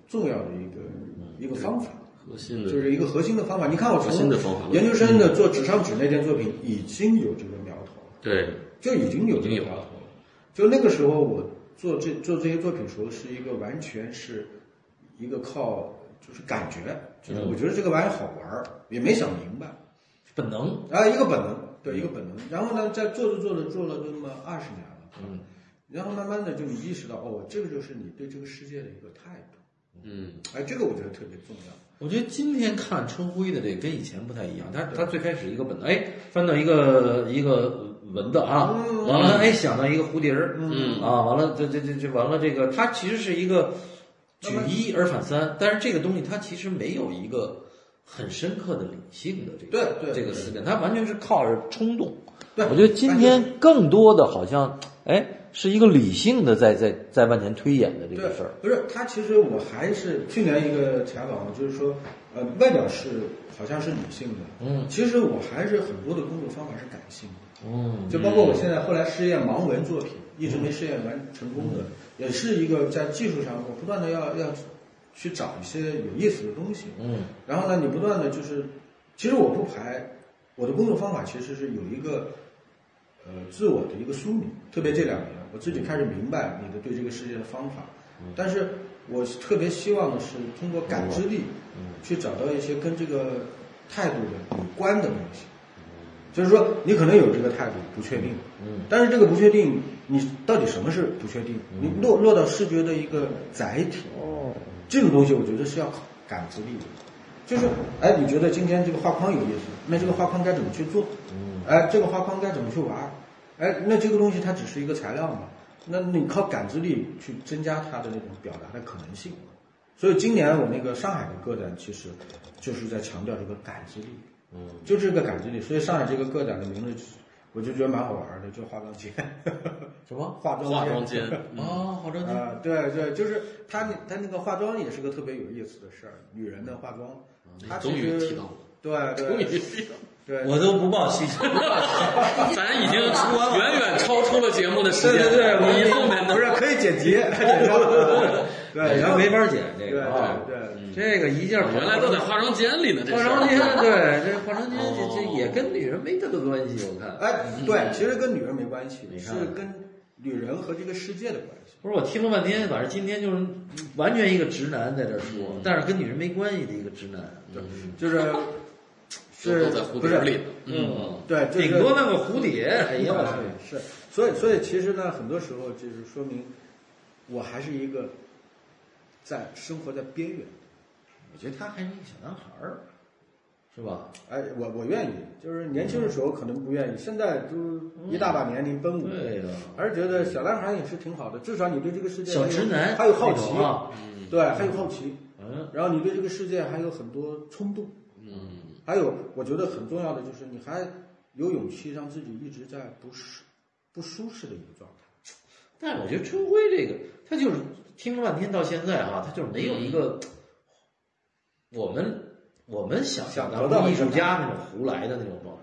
C: 重要的一个
A: 嗯
C: 一个方法。
B: 核心
C: 就
B: 的
C: 是一个核心的方法。你看我
B: 核
C: 从
B: 心的方法论
C: 研究生
A: 嗯
C: 的做纸上纸那件作品已经有这个苗头了，
B: 对
C: 就已经有
B: 已
C: 这
B: 经有
C: 个苗头了。就那个时候我做这做这些作品的时候，是一个完全是一个靠就是感觉，就是
A: 嗯
C: 我觉得这个玩意好玩儿，也没想明白，
A: 本能。
C: 啊，一个本能，
A: 嗯
C: 对，一个本能。然后呢，在做着做着做了这么二十年了，嗯，然后慢慢的就你意识到，哦，这个就是你对这个世界的一个态度，
B: 嗯
C: 哎，这个我觉得特别重要。
F: 我觉得今天看春晖的这个跟以前不太一样，他他最开始一个本能，哎，翻到一个一个蚊子啊，
C: 嗯
F: 完了哎想到一个蝴蝶儿，
B: 嗯
F: 啊，完了这这这这完了这个，它其实是一个举一而反三，但是这个东西它其实没有一个很深刻的理性的这个
C: 对对
F: 这个思辨，它完全是靠着冲动，
C: 对，
A: 我觉得今
C: 哎
A: 天更多的好像，哎，是一个理性的在在在往前推演的这
C: 对，
A: 个事儿。
C: 不是他，其实我还是去年一个采访，就是说，呃，外表是好像是理性的，
A: 嗯，
C: 其实我还是很多的工作方法是感性的，
A: 嗯
C: 就包括我现在后来试验盲文作品，一直没试验完成功的，
A: 嗯
C: 也是一个在技术上我不断的要要去找一些有意思的东西，
A: 嗯
C: 然后呢，你不断的就是，其实我不排，我的工作方法其实是有一个，呃，自我的一个梳理。特别这两年，我自己开始明白你的对这个世界的方法，但是我特别希望的是通过感知力，去找到一些跟这个态度的有关的东西。就是说，你可能有这个态度不确定，
A: 嗯，
C: 但是这个不确定，你到底什么是不确定？你落落到视觉的一个载体，
A: 哦，
C: 这种东西我觉得是要考感知力的，就是哎，你觉得今天这个画框有意思，那这个画框该怎么去做？
A: 嗯，
C: 哎，这个画框该怎么去玩？哎，那这个东西它只是一个材料嘛，那你靠感知力去增加它的那种表达的可能性。所以今年我那个上海的个展其实就是在强调这个感知力，嗯，就是这个感知力。所以上海这个个展的名字，我就觉得蛮好玩的，就化妆间，
A: 什么？
C: 化妆
B: 化妆间嗯
C: 嗯
A: 哦，化妆
C: 啊，对对，就是他那他那个化妆也是个特别有意思的事儿，女人的化妆，他
B: 啊终于提到了，
C: 对
B: 终于
C: 对
B: 提到了。
C: 对，
F: 我都不抱 希望。
B: 咱已经 远远超出了节目的时间，嗯
F: 对对对我
B: 你后面
C: 不
B: 的
C: 是可以 剪辑，剪上，
B: 哎
C: 对，然后
F: 没法剪这
C: 对
F: 个，啊
C: 对对，
F: 这个一件跑
B: 嗯哦原来都在化妆间里呢，这
F: 化
B: 事儿
F: 妆间，对，这化妆间这
B: 哦
F: 这也跟女人没太多关系，我看。
C: 哎，
B: 嗯
C: 对，其实跟女人没关系，
F: 看
C: 是跟女人和这个世界的关系。
F: 不是我听了半天，反正今天就是完全一个直男在这说，但是跟女人没关系的一个直男。
C: 对，就是
B: 嗯都
C: 是
B: 在蝴
C: 不
B: 蝶
C: 是
B: 里，
F: 嗯，
C: 对，就是嗯
F: 顶多弄个蝴蝶，哎呀，
B: 啊
F: 我
C: 对是，所以所以其实呢，很多时候就是说明我还是一个在生活在边缘的人。
F: 我觉得他还是一个小男孩儿，是吧？
C: 哎，我我愿意，就是年轻的时候可能不愿意，现在都一大把年龄奔五，
F: 嗯对呀
C: 还是觉得小男孩也是挺好的，至少你对这个世界
F: 小直男
C: 还有好
F: 那种啊
C: 奇，对，还有好奇，
F: 嗯，
C: 然后你对这个世界还有很多冲动，
B: 嗯，
C: 还有我觉得很重要的就是你还有勇气让自己一直在不适、不舒适的一个状态。
F: 但是我觉得春晖这个，他就是听了半天到现在啊，他就是没有一个我们我们想
C: 想
F: 象当
C: 得到
F: 中
C: 一
F: 艺
C: 个
F: 术
C: 答
F: 家那种胡来的那种状态。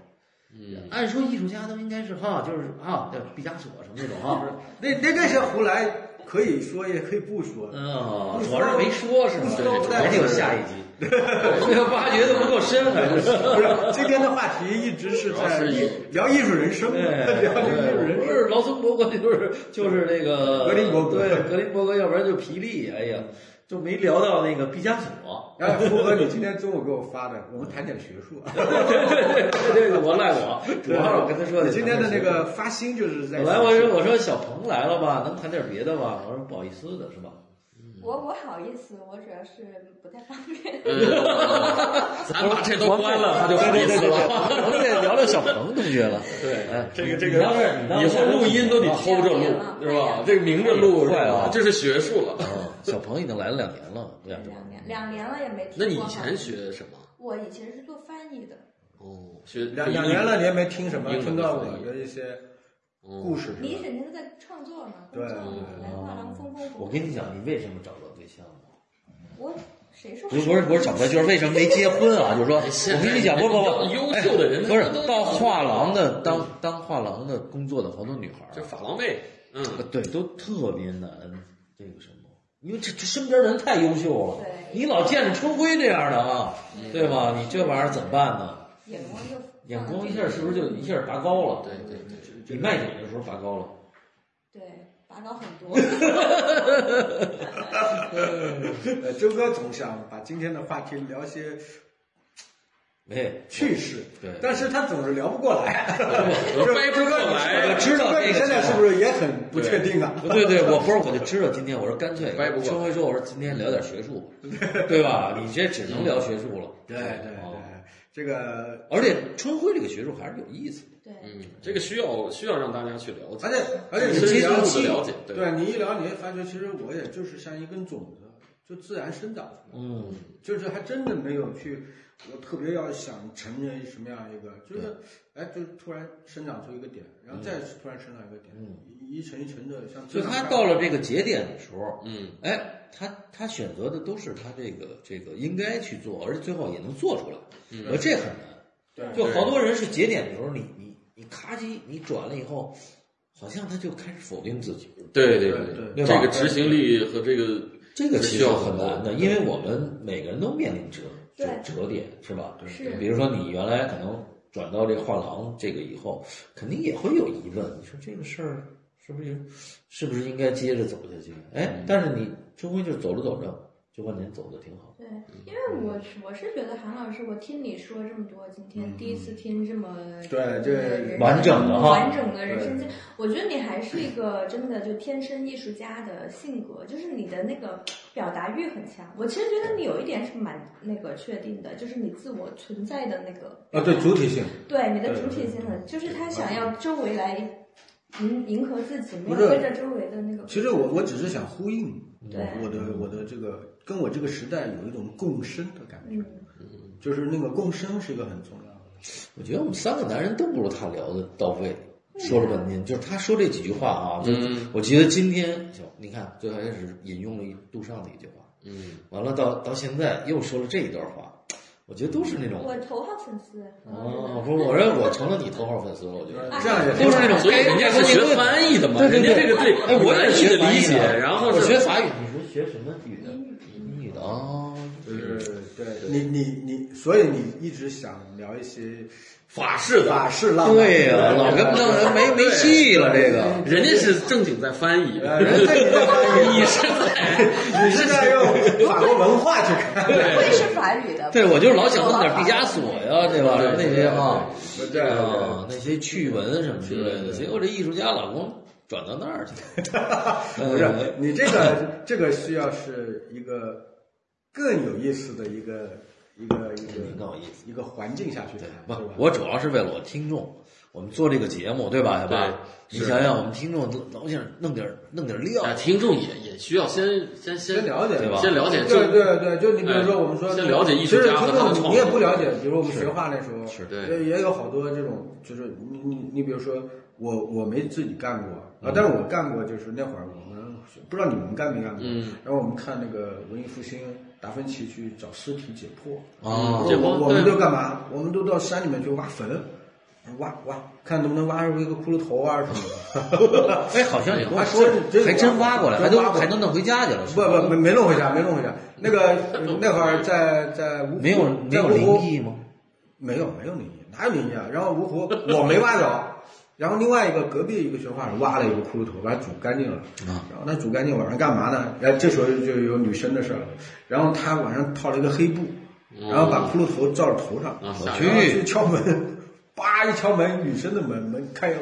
B: 嗯，
F: 按说艺术家他们应该是哈，就是啊，对毕加索什么那种哈，
C: 那那那些胡来可以说也可以不 说，
F: 嗯，主要是没说是吧？
C: 不说不带
F: 还得有
C: 说
F: 下一集，这个挖掘的不够深，还是
C: 不是今天的话题一直是在
B: 主要是
C: 艺聊艺术人生，聊这个艺术人
F: 不
C: 生。
F: 是劳森伯格就是就是那个
C: 格林伯格
F: 对格林伯格，要不然就皮利，哎呀，就没聊到那个毕加索，
C: 然后胡哥，你今天中午给我发的，我们谈点学术。啊
F: 这个我赖我，主要是我跟他说的。
C: 你今天的那个发心就是在
F: 本来我说我说小鹏来了吧，能谈点别的吧？我说不好意思的是 吧？
E: 我我好意思，我主要是不太方便。
B: 呃咱把这都关了，他就不好意思了。
F: 咱们得聊聊小鹏同学了。对，
B: 这个这
F: 你要是你要
B: 以
F: 是
B: 后录音都得偷着录
E: 两年了，
B: 是吧？这个明着录啊是
F: 坏
B: 吧
F: 了？
B: 这是学术了。
F: 嗯，小鹏已经来了两年了，对啊，
E: 两年两年了也没听
B: 那你
E: 过
B: 以
E: 好
B: 前学什么？
E: 我以前是做翻译的，
B: 哦，学
C: 两两年了，你也没听什么，
B: 英文
C: 听到我
B: 的翻译
C: 的一些
B: 嗯
C: 故事。
E: 你整天在创作嘛，工
C: 对
E: 作
C: 对
E: 嘛，
C: 对哦
E: 来画廊风风火火。
F: 我跟你讲，你为什么找不到对象？
E: 我谁说
F: 不是不是不是找不到，就是为什么没结婚啊？就是 说，我跟你讲，不不不，
B: 优秀的人
A: 哎
F: 不是到画廊的当当画廊的工作的好多女孩儿
B: 就法郎妹，嗯，
F: 啊，对，都特别难这个什么，因为这这身边人太优秀了
E: 对，
F: 你老见着春辉这样的啊，对吧？你这玩意儿怎么办呢？
E: 眼光就
F: 眼光一下是不是就一下拔高了？
B: 对对对，
F: 你卖酒的时候拔高了，
E: 对拔高很 多？
C: 呃，周哥总想把今天的话题聊些
F: 没
C: 趣事，
F: 对
C: 但是他总是聊不过来。
B: 我掰不过
F: 我
B: 来，
F: 知道
C: 周哥
F: 这
C: 你
F: 个
C: 现在
F: 情
C: 是
F: 况
C: 不是也很不确定啊？
F: 不对对，我不是我就知道今天我说干脆
B: 掰不，过
F: 春辉说我说今天聊点学术，对吧？你这只能
B: 嗯
F: 聊学术了。
C: 对对对
F: 哦，
C: 这个
F: 而且春辉这个学术还是有意思的。
E: 对，
B: 嗯，这个需要需要让大家去了解
C: 而，且而且
B: 深
C: 你一
B: 入
C: 聊
B: 的
C: 起
B: 了解，对
C: 对你一聊，你会发觉其实我也就是像一根种子，就自然生长出来。
F: 嗯，
C: 就是还真的没有去，我特别要想成人什么样一个，就是哎，就是突然生长出一个点，然后再突然生长一个点，一层一层的像。
F: 嗯所以他到了这个节点的时候，
B: 嗯，
F: 哎，他他选择的都是他这个这个应该去做，而且最后也能做出来。我这很难，
C: 对
F: 就好多人是节点的时候，你你你咔叽你转了以后，好像他就开始否定自己。
B: 对对
C: 对
B: 这
F: 吧
B: 个执行力和这个
F: 这个
B: 需
F: 其实
B: 要
F: 很难
B: 对
F: 的，因为我们每个人都面临折折
E: 对
F: 折叠，是吧？
E: 是
F: 比如说你原来可能转到这画廊这个以后，肯定也会有疑问，你说这个事儿是不是有是不是应该接着走下去？哎，但是你终归就走着走着，就问您走的挺好。
E: 对，因为我是我是觉得韩老师，我听你说这么多，今天第一次听这么
C: 嗯对这
E: 这
F: 完整的哈
E: 完整的人生经历，我觉得你还是一个真的就天生艺术家的性格，就是你的那个表达欲很强。我其实觉得你有一点是蛮那个确定的，就是你自我存在的那个
F: 哦
C: 啊，对主体性，
E: 对你的主体性很，就是他想要周围来迎迎合自己，没
C: 不
E: 有
C: 是
E: 跟着周围的那个。
C: 其实我我只是想呼应
E: 对
C: 我的
F: 嗯
C: 我的这个跟我这个时代有一种共生的感觉，
E: 嗯，
C: 就是那个共生是一个很重要的。
F: 我觉得我们三个男人都不如他聊的到位，说了半天，就是他说这几句话啊，就
B: 嗯
F: 我觉得今天就你看最开始引用了一杜尚的一句话，
B: 嗯
F: 完了到到现在又说了这一段话，我觉得都是那种
E: 我头号粉丝。啊
F: 哦，不是，我认为我成了你头号粉丝了，我觉得
C: 这样也
F: 都是那种
B: 嗯所以人家是学翻译的嘛，
F: 对对对
B: 人家这个对
F: 哎，我也
B: 翻
F: 是
B: 译
F: 学
B: 的理解，
F: 翻译的
B: 然后
F: 我
B: 是
F: 学法语，你是学什么语的？英语的哦，
C: 就是对你你你，所以你一直想聊一些
B: 法式的，
C: 法式浪漫，
F: 对呀，老跟弄人没没戏了，这个
B: 人家是正经在翻译，
C: 呃人家也在翻译
B: 你是在
C: 你是在用法国文化去看。
E: 我也是法语的。
F: 对我就老想弄点毕加索呀，对吧？
B: 对
F: 那
B: 对
F: 些哈
C: 对对对
F: 啊，那些趣闻什么之类的，
B: 嗯
F: 结果这艺术家老公转到那儿去了，
C: 不是你这个这个需要是一个更有意思的一个一个一
F: 挺
C: 个
F: 有意思。
C: 一个环境下去谈，
F: 不
C: 是吧，
F: 我主要是为了我听众，我们做这个节目，对吧，小
B: 对
F: 爸？你
B: 是
F: 想想，我们听众都老想弄点弄点料，
B: 啊，听众也也需要先先
C: 先
B: 先
C: 了解
F: 对吧
B: 先了解
C: 对
B: 就
C: 对对，就你比如说我们说，
B: 先了解艺术家和他的
C: 其实听
B: 创
C: 众
B: 作
C: 你也不了解，比如我们学画那时候，
F: 是
B: 对
C: 也也有好多这种，就是你你你比如说我我没自己干过啊，但是我干过，就是那会儿我们不知道你们干没干过，
B: 嗯
C: 然后我们看那个文艺复兴，达芬奇去找尸体解剖。
F: 啊
C: 我
B: 解
C: 我
B: 剖
C: 我们
B: 对
C: 都干嘛？我们都到山里面去挖坟，挖挖，看能不能挖出一个骷髅头啊什么的。
F: 哎，好像你跟我
C: 还
F: 说
C: 真真
F: 还真挖过来，还
C: 真
F: 都
C: 挖过来
F: 还能弄回家去了。是
C: 不
F: 吧
C: 不没没弄回家，没弄回家。那个呃那会儿在在芜湖，
F: 没有没
C: 在
F: 有
C: 芜
F: 灵
C: 湖
F: 异吗？
C: 没有没有灵异，哪有灵异啊？然后芜湖我没挖着，然后另外一个隔壁一个学画人挖了一个骷髅头，把它煮干净了。
F: 啊
C: 然后那煮干净晚上干嘛呢？然后这时候就有女生的事儿了。然后她晚上套了一个黑布，然后把骷髅头罩着头上，
B: 啊，
F: 我
B: 吓
F: 去
B: 人
C: 然后去敲门， 叭一敲门，女生的门门开了，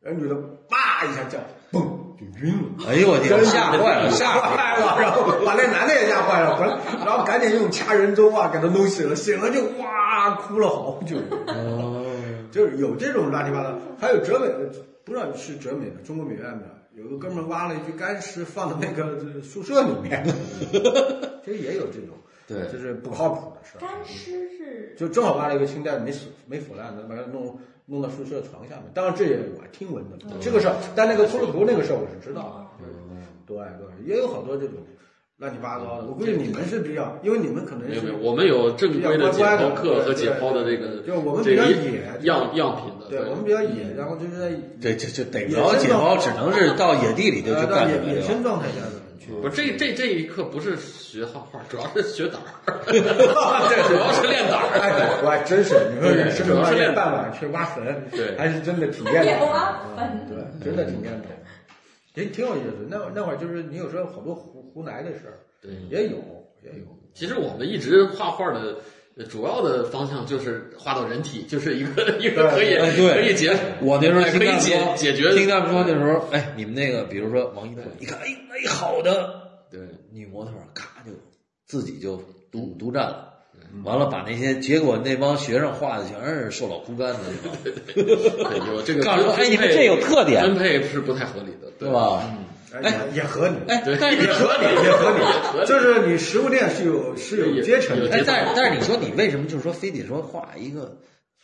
C: 然后女的叭一下叫，嘣就晕了。
F: 哎呦我天，吓坏了，吓
C: 坏
F: 坏
C: 了，然后把那男的也吓坏了，完了然后赶紧用掐人中啊给他弄醒了，醒了就哇哭了好久，
F: 嗯了。
C: 就是有这种乱七八糟。还有哲美的，不知道是哲美的中国美院的，有个哥们儿挖了一具干尸放到那个宿舍里 面，其实也有这种，
F: 对
C: 就是不靠谱的事儿。
E: 干尸是
C: 就正好挖了一个清代没死没腐烂的，把它弄弄到宿舍床下面。当然这也我听闻的，
E: 嗯
C: 这个事儿，但那个骷髅头那个事儿我是知道的。对对，也有好多这种乱七八糟的。我估计你们是比较，因为你们可能
B: 嗯没
C: 是
B: 有没有，我们有正规的
C: 比
B: 解
C: 较乖乖
B: 剖
C: 的
B: 课和
C: 对对
B: 解剖的这个
C: 对我们
B: 这个
C: 比较野
B: 样样品的，
C: 对我们比较野，然后就是在
F: 这这这逮不着解剖，只能是到野地里就去
C: 呃到
F: 干去
C: 野
F: 了，
C: 野
F: 对
C: 生
F: 吧
C: 状态下的去。
B: 不是这这这一课不是学画画， 主要是学胆儿，
C: 对
B: 主要是练胆 儿。
C: 哎，我还真是，你说是
B: 主要是练
C: 傍晚去挖坟，
B: 对
C: 还是真的体验
E: 也
C: 过
E: 挖坟
C: 对，真的体验过，也挺有意思。那那会儿就是你有时候好多胡胡来的事儿，
B: 对
C: 也有也有。
B: 其实我们一直画画的呃主要的方向就是画到人体，就是一个 一个可以
F: 哎对
B: 可以解，
F: 我那时候
B: 哎可
F: 听他
B: 以
F: 们
B: 解
F: 说
B: 解决
F: 听他们说那时候，哎，你们那个，比如说王一博，一看，哎，美好的
B: 对
F: 女模特儿，咔就自己就独独占了。完了，把那些结果那帮学生画的全是瘦老枯干的，是吧
B: 对，有这个
F: 告诉
B: 分
F: 说哎你们
B: 分配
F: 这有特点
B: 分配是不太合理的，
F: 对？吧？
C: 哎，也合理，
F: 哎，但是
C: 也合理，也合理。就是你食物链是有是有阶层
B: 有
C: 的，
B: 阶
F: 哎
B: 层，
F: 但是但是你说你为什么就是说非得说画一个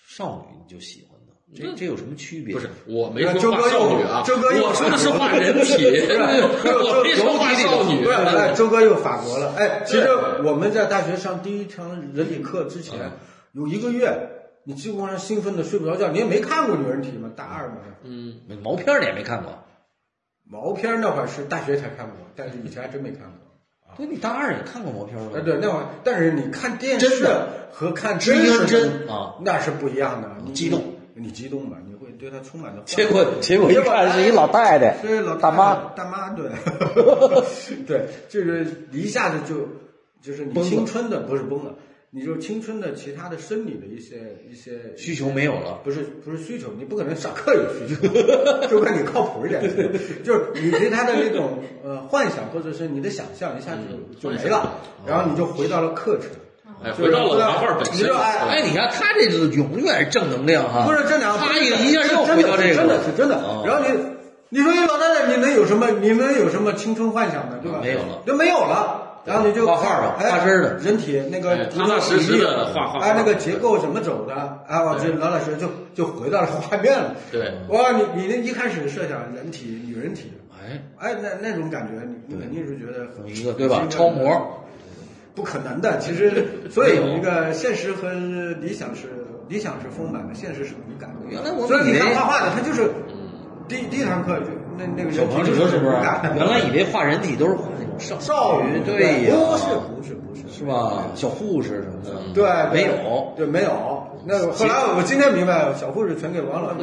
F: 少女你就喜欢呢？这这有什么区别？
B: 不是，我没
C: 周
B: 说
C: 哥
B: 画
C: 又
B: 少女啊，
C: 周哥又哎
B: 我说的是画人 体， 我没说画少女啊嗯
C: 不。是，哎，周哥又法国了。哎，其实我们在大学上第一堂人体课之
B: 嗯
C: 前，有一个月，你基本上兴奋的睡不着觉。你也没看过女人体嘛，大二嘛，
B: 嗯，
F: 毛片儿你也没看过，
C: 毛片儿那会儿是大学才看过，但是以前还真没看过。
F: 对，你大二也看过毛片儿吗？
C: 哎，对，那会儿，但是你看电
F: 真
C: 视
F: 的
C: 和看
F: 知
C: 真实
F: 音
C: 的
F: 真啊，
C: 那是不一样的。你
F: 激动，
C: 你激动吧，你会对他充满了幻
F: 结果
C: 想
F: 结果一看是一老太太
C: 是老，
F: 大妈，
C: 大妈 对，对，就是一下子就就是你
F: 崩了
C: 青春的不是崩了，你就青春的其他的生理的一些一些
F: 需求没有了。
C: 不是不是需求，你不可能上课有需 求，就看你靠谱一点就行，就是你对他的那种呃幻想或者是你的想象一下
F: 嗯
C: 就就没了，然后你就回到了课程，
B: 哎，
C: 就
B: 回
C: 是
B: 到了画画本
C: 啊你
B: 身
C: 就。哎
F: 哎，你看他这就是永远是正能量哈，
C: 不是这两个，
F: 啊他一一下又回到这个，
C: 真的是真的。
F: 哦
C: 然后你，你说一老太太，你能有什么？你能有什么青春幻想呢？对吧？
F: 没有了，
C: 就没有了。然后你就
F: 画画吧
C: 哎
F: 画身的
C: 人体那个
B: 哎踏踏实实地画画
C: 哎，那个结构怎么走的？啊，
F: 哎
C: 我这老老实实就就回到了画面了。
B: 对
F: 嗯
C: 哇，你你那一开始设想人体、女人体，
F: 哎，
C: 哎，那那种感觉，你你肯定是觉得很
F: 有一个对吧？
C: 兴奋的
F: 超模，
C: 不可能的，其 实所以有一个现实和理想是理想是丰满的，现实是骨感的。
F: 原来我
C: 所以
F: 以
C: 你
F: 为嗯
C: 看画画的，他就是第第一堂课就那那个
F: 小
C: 人
F: 王，
C: 体就
F: 你说是
C: 骨
F: 不是？
C: 感的
F: 原来以为画人体都是画那种少
C: 少女
F: 对呀，
C: 不是不是不是
F: 是？吧？小护士什么的，
C: 对，
F: 没有。
C: 对没有。那个后来我今天明白了，小护士全给王 老师。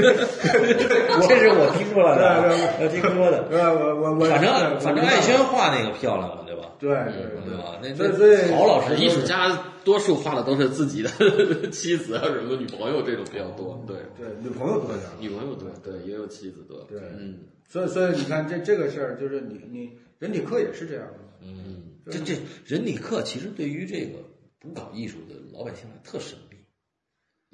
F: 这是我听出来的，我听说的。
C: 呃，我我我
F: 反正
C: 我
F: 反正艾轩画那个漂亮嘛，对吧？
C: 对对
F: 对吧？那
C: 所以所以
F: 那曹老师
B: 艺术家多数画的都是自己的 妻子啊什么女朋友这种比较多，对，
C: 对女朋友多点儿。
B: 女朋友多，对，也有妻子多，
C: 对
B: 嗯，
C: 所以所以你看这这个事儿，就是你你人体课也是这样的。
B: 嗯
F: 这这人体课其实对于这个不搞艺术的老百姓来特神秘，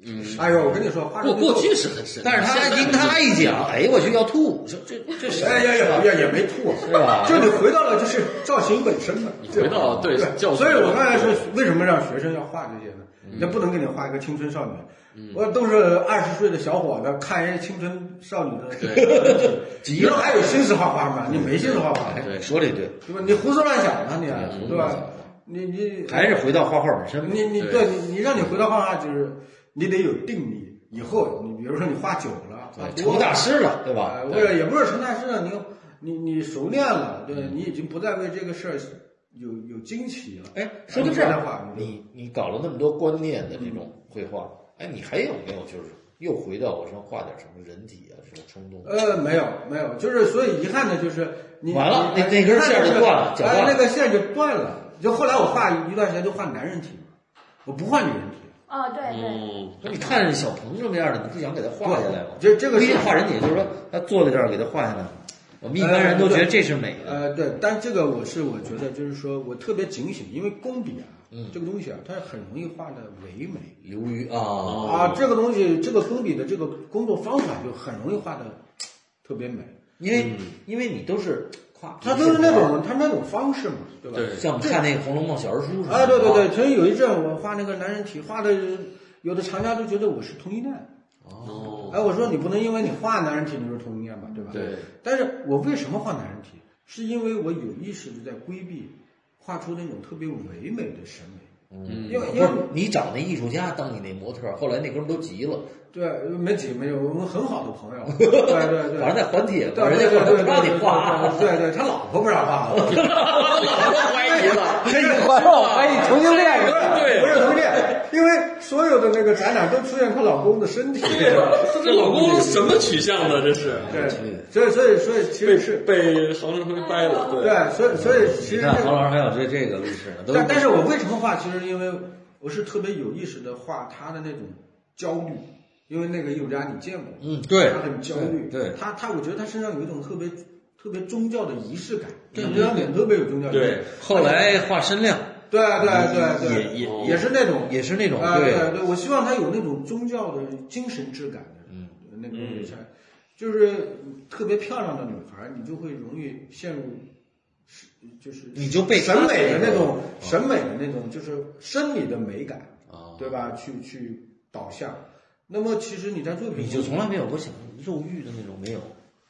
B: 嗯
F: 嗯
C: 哎呦，我跟你说，画
B: 过
C: 这个
B: 过去是很深，
F: 但是他
B: 现在
F: 听他一讲，哎呦我去要吐，这这这什么
C: 哎呀呀呀，也没吐，是
F: 吧
C: 就你回到了就是造型本身嘛，
B: 你回到对
C: 对
B: 教
C: 所以我刚才说
B: 对嗯
C: 为什么让学生要画这些呢？那不能给你画一个青春少女，我都是二十岁的小伙子，看人家青春少女的， 你能还有心思画画吗？你没心思画画，
F: 对，说的对，
C: 对吧？你胡思乱想啊你，
B: 嗯
C: 对吧？你你
F: 还是回到画画本身吧。
C: 你你对你你让你回到画画，就是你得有定力。以后你比如说你画久了，画多
F: 成
C: 了
F: 大师了，对吧？
C: 呃，或者也不是成大师了，你你你熟练了，对，
F: 嗯
C: 你已经不再为这个事儿有有惊奇了。
F: 哎，说到这
C: 你这样的话
F: 儿，你你搞了那么多观念的这种绘画，哎，你还有没有就是又回到我说画点什么人体啊，什么冲动？
C: 呃，没有没有，就是所以遗憾的就是你
F: 完了
C: 你
F: 那那根线儿就断了绞断
C: 哎
F: 了，
C: 那个线儿就断了。就后来我画一段时间就画男人体，我不画女人体。
E: 哦，对
B: 嗯
F: 那
E: 对，
F: 你看小鹏这么样的，你不想给他画下来吗？
C: 这这个
F: 不一
C: 是
F: 定画人体，就是说他坐在这儿给他画下来吗我们一般人都觉得这是美的，
C: 呃，对，但这个我是我觉得就是说我特别警醒，因为工笔啊，
B: 嗯
C: 这个东西啊，它很容易画的唯美。
F: 流于
B: 哦
F: 啊，
C: 啊，这个东西，这个工笔的这个工作方法就很容易画的特别美，
F: 因为因为你都是夸，
C: 它嗯都是那种它那种方式嘛，对吧？
B: 啊嗯对
F: 像我们看 那个《红楼梦》小人书似的，
C: 啊，对对对，所以有一阵我画那个男人体，画的有的藏家都觉得我是同性恋，
B: 哦，
C: 哎，我说你不能因为你画男人体你就是同性恋吧，对吧？
B: 对。
C: 但是我为什么画男人体？是因为我有意识的在规避画出那种特别唯美的审美，
B: 嗯
C: 因为因
F: 不
C: 为
F: 是你找那艺术家当你那模特儿，后来那哥们儿都急了，
C: 对没几没有，我们很好的朋 友，对对对，
F: 反正在还帖
C: 对
F: 嘛，人家后来不让你画，
C: 对对，他老婆不让画 了，怀疑了，
A: 这一环绕，哎，你重新练一遍。
C: 对，不是同性恋，因为所有的那个展览都出现她老公的身体，对，
B: 这老公什么取向呢？这是
C: 所以所以所以其实是
B: 被杭
C: 哎
B: 州辉掰了，对
C: 对，所以所以其
F: 嗯你
C: 实
F: 看
C: 这
F: 黄
C: 个，
F: 老师还有这这个律师呢，都
C: 但但是我为什么画，其实因为我是特别有意识的画他的那种焦虑。因为那个艺术家你见过，
F: 嗯对
C: 他很焦虑，
F: 对对
C: 他他，我觉得他身上有一种特别特别宗教的仪式感，这张脸特别有宗教仪式感，
F: 后来画申亮
C: 对对对对，
F: 也
B: 哦
F: 也
C: 也是那种，
F: 也是那种
C: 啊
F: 对，
C: 对对，我希望他有那种宗教的精神质感的，嗯，那种女生，就是特别漂亮的女孩儿，你就会容易陷入是就是
F: 你就被她
C: 审美的那种
F: 哦
C: 审美的那种就是生理的美感，
F: 啊，
C: 对吧？去去导向。那么其实你在作品
F: 你
C: 中
F: 就从来没有过想肉欲的那种没有，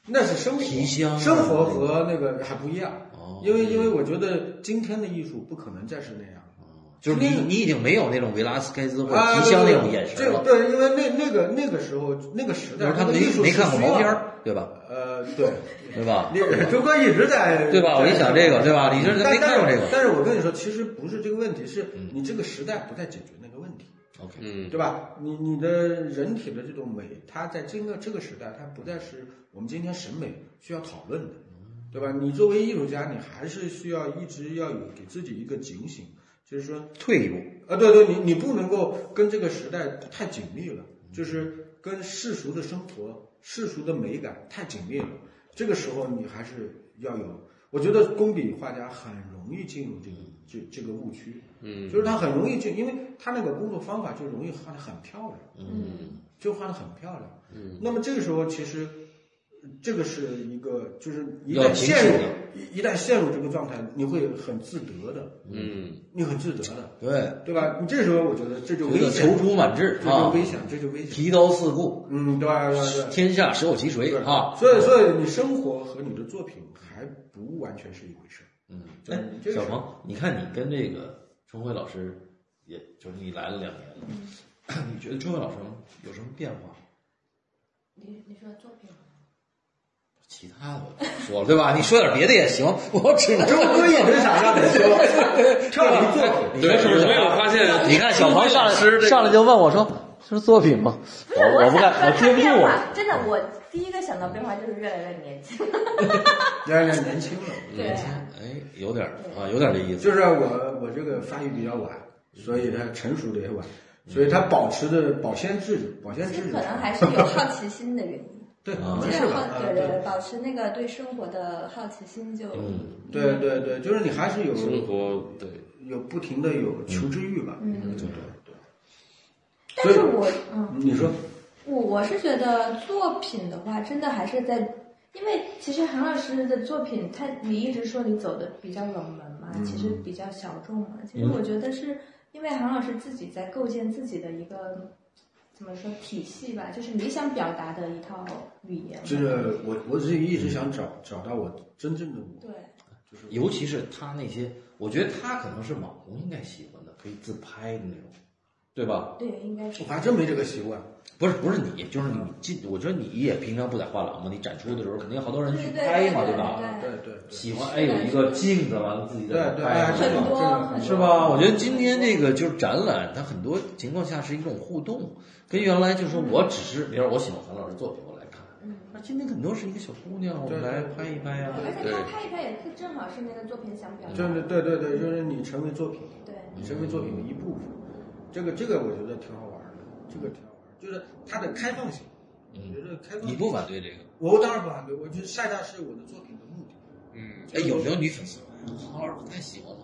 C: 那是生活，
F: 皮箱啊
C: 生活和那个还不一样，
F: 哦
C: 因为因为我觉得今天的艺术不可能再是那样了。
F: 就是你
C: 那个
F: 你已经没有那种维拉斯凯兹或
C: 啊，
F: 者吉祥那种眼神
C: 这
F: 了，
C: 对，因为那那个那个时候那个时
F: 就是
C: 代，
F: 他
C: 那个
F: 没
C: 艺术
F: 没
C: 是
F: 看过
C: 需要
F: 毛片儿，对吧？
C: 呃，对，
F: 对吧？
C: 你周哥一直在 嗯
F: 对吧？我一想这个，对吧？你这
C: 但
F: 没看过
C: 但是
F: 这个嗯
C: 但是我跟你说，其实不是这个问题，是你这个时代不再解决那个问题，
F: ，OK，
B: 嗯，
C: 对吧？你你的人体的这种美，它在这个这个时代，它不再是我们今天审美需要讨论的，对吧？你作为艺术家，你还是需要一直要有给自己一个警醒，就是说
F: 退一步，
C: 啊，对对，你你不能够跟这个时代太紧密了，就是跟世俗的生活、世俗的美感太紧密了。这个时候你还是要有，我觉得工笔画家很容易进入这个这这个误区，嗯，就是他很容易进，因为他那个工作方法就容易画的很漂亮，
E: 嗯，
C: 就画的很漂亮，嗯。那么这个时候其实。呃这个是一个，就是一
F: 要
C: 旦
F: 警
C: 陷入
F: 醒
C: 一一旦陷入这个状态，你会很自得的，
B: 嗯，
C: 你很自得的，
F: 对，
C: 对吧？你这时候我觉得这就危
F: 觉得
C: 险，
F: 踌躇满志
C: 这就
F: 啊，
C: 危险，这就危险。
F: 提刀四顾，
C: 嗯，对 对
F: 天下实有其谁
C: 对，
F: 啊。
C: 所以，所以你生活和你的作品还不完全是一回事儿。
F: 嗯，
C: 就
F: 哎
C: 是这，个
F: 小
C: 是
F: 鹏，你看你跟这个春辉老师，也就是你来了两年了，你觉得春辉老师有什么变化？
E: 你你说作品吗
F: 其他的我不说了，对吧？你说点别的也行，我只能
C: 周哥也没想让你说，跳你作品。
F: 你
B: 对，
F: 说是不是
B: 有没有发现？
F: 你看小鹏
A: 上来
B: 吃
A: 上来就问我说：“这是作品吗？”
E: 不是，
A: 我我不
E: 想
A: 敢，我
E: 说他
A: 接不
E: 变
A: 住。
E: 化，真的，我第一个想到变化就是越来越年轻。
C: 越来越年轻了，
E: 对啊，
F: 哎，有点儿啊，有点儿这意思。
C: 就是我我这个发育比较晚，所以它成熟的也晚，所以它保持的保鲜质保鲜
E: 其
C: 质
E: 实可能还是有好奇心的原因，
C: 对，
F: 啊
C: 没
E: 就
C: 事
E: 是
C: 吧
E: 好？
C: 啊
E: 对对，保持那个对生活的好奇心就
F: 嗯，
C: 对对对，就是你还是有
B: 生活对，
C: 有不停的有求知欲吧？
E: 嗯
C: 对
E: 但是
C: 所以
E: 我嗯。
C: 对，你说
E: 我我是觉得作品的话，真的还是在，因为其实韩老师的作品，他你一直说你走的比较冷门嘛，其
F: 嗯
E: 实比较小众嘛。其实我觉得是因为韩老师自己在构建自己的一个怎么说体系吧，就是你想表达的一套语言吧。
C: 就是我我只是一直想找找到我真正的我，
E: 对，
F: 尤其是他那些，我觉得他可能是网红应该喜欢的，可以自拍的那种，对吧？
E: 对，应该是
C: 我。还真没这个习惯。
F: 不是不是你，就是你进，我觉得你也平常不在画廊嘛，你展出的时候肯定好多人
E: 对
F: 去
E: 对
F: 拍
E: 对
F: 嘛，
E: 对
F: 吧？
C: 对对对，
F: 喜欢哎，有一个镜子完了自己在那
C: 对对
F: 拍
C: 哎
F: 嘛，
C: 这
E: 很
C: 种
E: 多
C: 这种
E: 很多
F: 是吧？我觉得今天这个就是展览，它很多情况下是一种互动，跟原来就是说我只是，比如说我喜欢黄老师作品，我来看。
E: 嗯
F: 那今天很多是一个小姑娘，我们
C: 对
F: 来拍一拍啊。
E: 而且
B: 对
E: 他拍一拍也是正好是那个作品想表达
C: 就
E: 的，
C: 是对对对，就是你成为作品，
E: 对，
C: 你成为作品的一部分，这个这个我觉得挺好玩的，这个挺好玩，就是它的开放性，我觉得开放
F: 嗯你
C: 性。
F: 不反对这个？
C: 我当然不反对，我觉得晒大是我的作品的目的。
B: 嗯，
F: 哎，有没有女粉丝？黄老师我太喜欢了，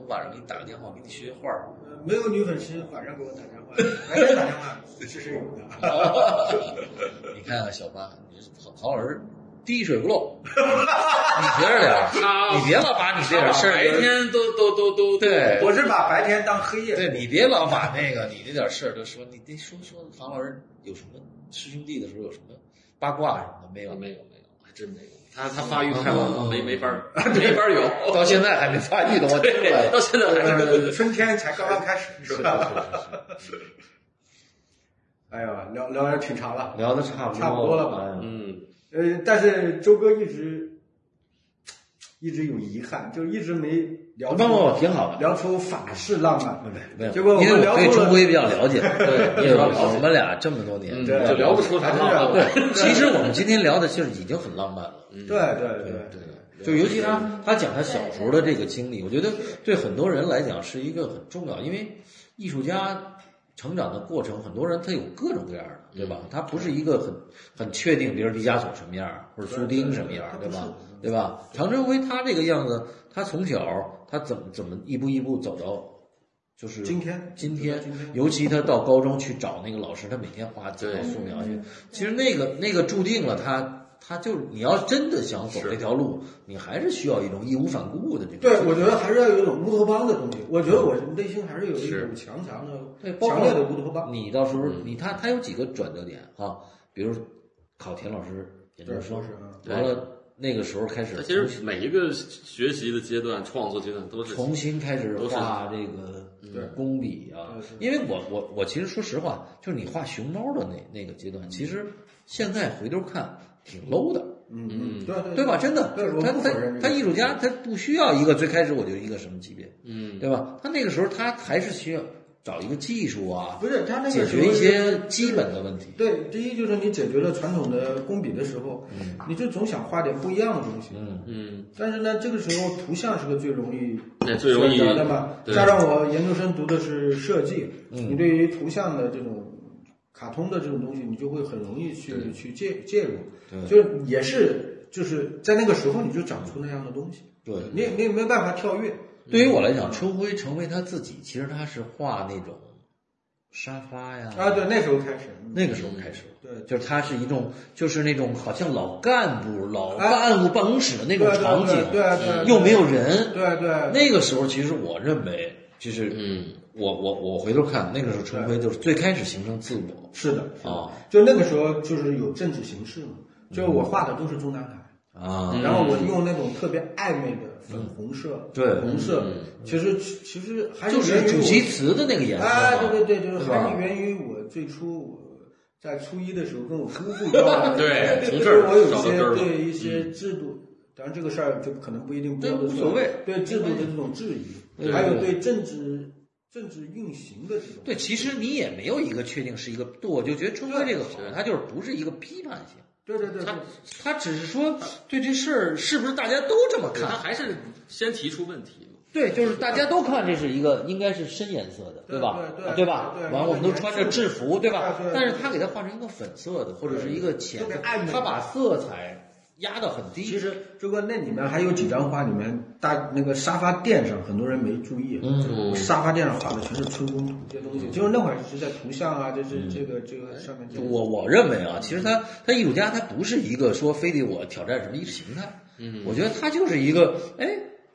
F: 我晚上给你打个电话，给你学画儿。
C: 呃，没有女粉丝晚上给我打电话，白天打电话 这是有的。
F: 你看看小八，你是黄黄老师滴水不 漏，你学着点儿，你别老把你这点事儿
B: 白
F: 跟，
B: 天都都都都
F: 对
C: 我是把白天当黑夜。
F: 对，你别老把那个你那点事儿都说，你得说说黄老师有什么师兄弟的时候有什么八卦什么的没
B: 没有
F: 有？
B: 没有没有，还真没有。他他发育太晚了，没没法儿没法儿有。
F: 到现在还没发育呢，我听出来
B: 对，
F: 了。
B: 到现在还是
C: 呃，春天才刚刚开始， 是吧？ 哎呀，聊聊得挺长了，
F: 聊的差不多
C: 差不多了吧
F: 哎呀
B: 嗯，
C: 呃，但是周哥一直一直有遗憾，就一直没聊
F: 不
C: 出
F: 不不，挺好的。
C: 聊出法式浪漫
F: 没有，
C: 结果我
F: 因为
C: 们
F: 我
C: 聊
F: 对
C: 出
F: 中
C: 了，
F: 规比较了解，对，因为我们俩这么多年，
B: 嗯
C: 对
B: 就聊不出啥
C: 还是
B: 浪漫
C: 对
F: 其实我们今天聊的就是已经很浪漫了，
C: 对对对对。
F: 就尤其他他讲他小时候的这个经历，我觉得对很多人来讲是一个很重要，因为艺术家成长的过程，很多人他有各种各样的，对吧？他不是一个很很确定，比如毕加索什么样，或者苏丁什么样，
C: 啊
F: 对吧？对吧？常州辉他这个样子，他从小他怎么怎么一步一步走到。就是
C: 今天
F: 今
C: 天
F: 天，尤其他到高中去找那个老师，他每天画几道素描
C: 嗯
F: 去。其实那个那个注定了他，他就是你要真的想走
B: 是
F: 这条路，你还是需要一种义无反顾的这种。
C: 对，我觉得还是要有一种乌托邦的东西。我觉得我内心还是有一种强强
F: 对
C: 的、
F: 包括
C: 强烈的乌托邦。
F: 你到时候
B: 嗯
F: 你他他有几个转折点啊，比如考田老师研究生
C: 对是啊，
F: 完了那个时候开始
B: 他其实每一个学习的阶段、创作阶段都是
F: 重新开始
B: 都是嗯
F: 画这个
C: 对
F: 工笔啊
C: 对是，
F: 因为我我我其实说实话，就是你画熊猫的那那个阶
B: 嗯
F: 段，其实现在回头看挺 low 的，
C: 嗯
B: 嗯
C: 嗯，对对
F: 对吧？真的
C: 对，我，
F: 他
C: 不
F: 他
C: 否认这个
F: 他艺术家，他不需要一个最开始我就一个什么级别，
B: 嗯，
F: 对吧？他那个时候他还是需要找一个技术啊，
C: 不是他那
F: 解
C: 个时候
F: 决一
C: 就是
F: 些基本的问题。
C: 对，第一就是你解决了传统的工笔的时候，你就总想画点不一样的东西。
F: 嗯，
B: 嗯，
C: 但是呢，这个时候图像是个最容易
B: 那最容易
C: 选择的嘛。
B: 对
C: 加上我研究生读的是设计，
F: 嗯
C: 你对于图像的这种卡通的这种东西，你就会很容易去去介介入，就是也是就是在那个时候你就长出那样的东西，
F: 对。嗯
C: 你也你也没办法跳跃。
F: 对于我来讲，春晖成为他自己，其实他是画那种沙发呀
C: 啊，对，那时候开始，嗯
F: 那个时候开始。
C: 对
F: 就是他是一种，就是那种好像老干部、老干部办公室的那种场景，
C: 啊对对对对
F: 又没有人。
C: 对对，
F: 那个时候，其实我认为，就是
B: 嗯
F: 我我我回头看，那个时候春晖就是最开始形成自我
C: 是的，是的
F: 啊
C: 就那个时候就是有政治形势嘛，就
F: 嗯
C: 我画的都是中南海。
F: 啊，
C: 然后我用那种特别暧昧的粉红色、
F: 嗯对嗯
C: 红色，其实其实还是
F: 就是
C: 源于
F: 主
C: 我
F: 题词的那个颜色嘛。
C: 哎，对对对，就是
F: 是
C: 还
F: 吧
C: 是源于我最初我在初一的时候跟我姑父要 来的，
B: 对从
C: 就
B: 这
C: 是
B: 儿
C: 我有
B: 找到
C: 些
B: 这儿了
C: 对一些制度，当然这个事儿就可能不一定播
F: 嗯对
C: 得
F: 无
C: 出
F: 所
C: 来
F: 谓
C: 对制度的这种质疑，
F: 对
C: 还有
F: 对
C: 对政治政治运行的这种，
F: 对，其实你也没有一个确定是一个，我就觉得春晖这个好，它就是不是一个批判性，
C: 对对对对
B: 他
F: 它只是说对这事儿是不是大家都这么
B: 他
F: 看？
B: 还是先提出问题嘛。
F: 对，就是大家都看这是一个应该是深颜色的，
C: 对
F: 吧？啊
C: 对对
F: 对吧
C: 对？对
F: 完了我们都穿着制服，对吧
C: 对？对对
F: 但是他给它画成一个粉色的或者是一个浅
C: 特别
F: 色，
C: 暧昧
F: 他把色彩压到很低。
C: 其实，周哥，那里面还有几张画，里面大那个沙发垫上，很多人没注意。
F: 嗯
C: 沙发垫上画的全是春宫图这些东西，就是那会儿是在图像啊，就是这个这个上面这个。
F: 我我认为啊，其实他他艺术家他不是一个说非得我挑战什么意识形态，嗯，我觉得他就是一个哎，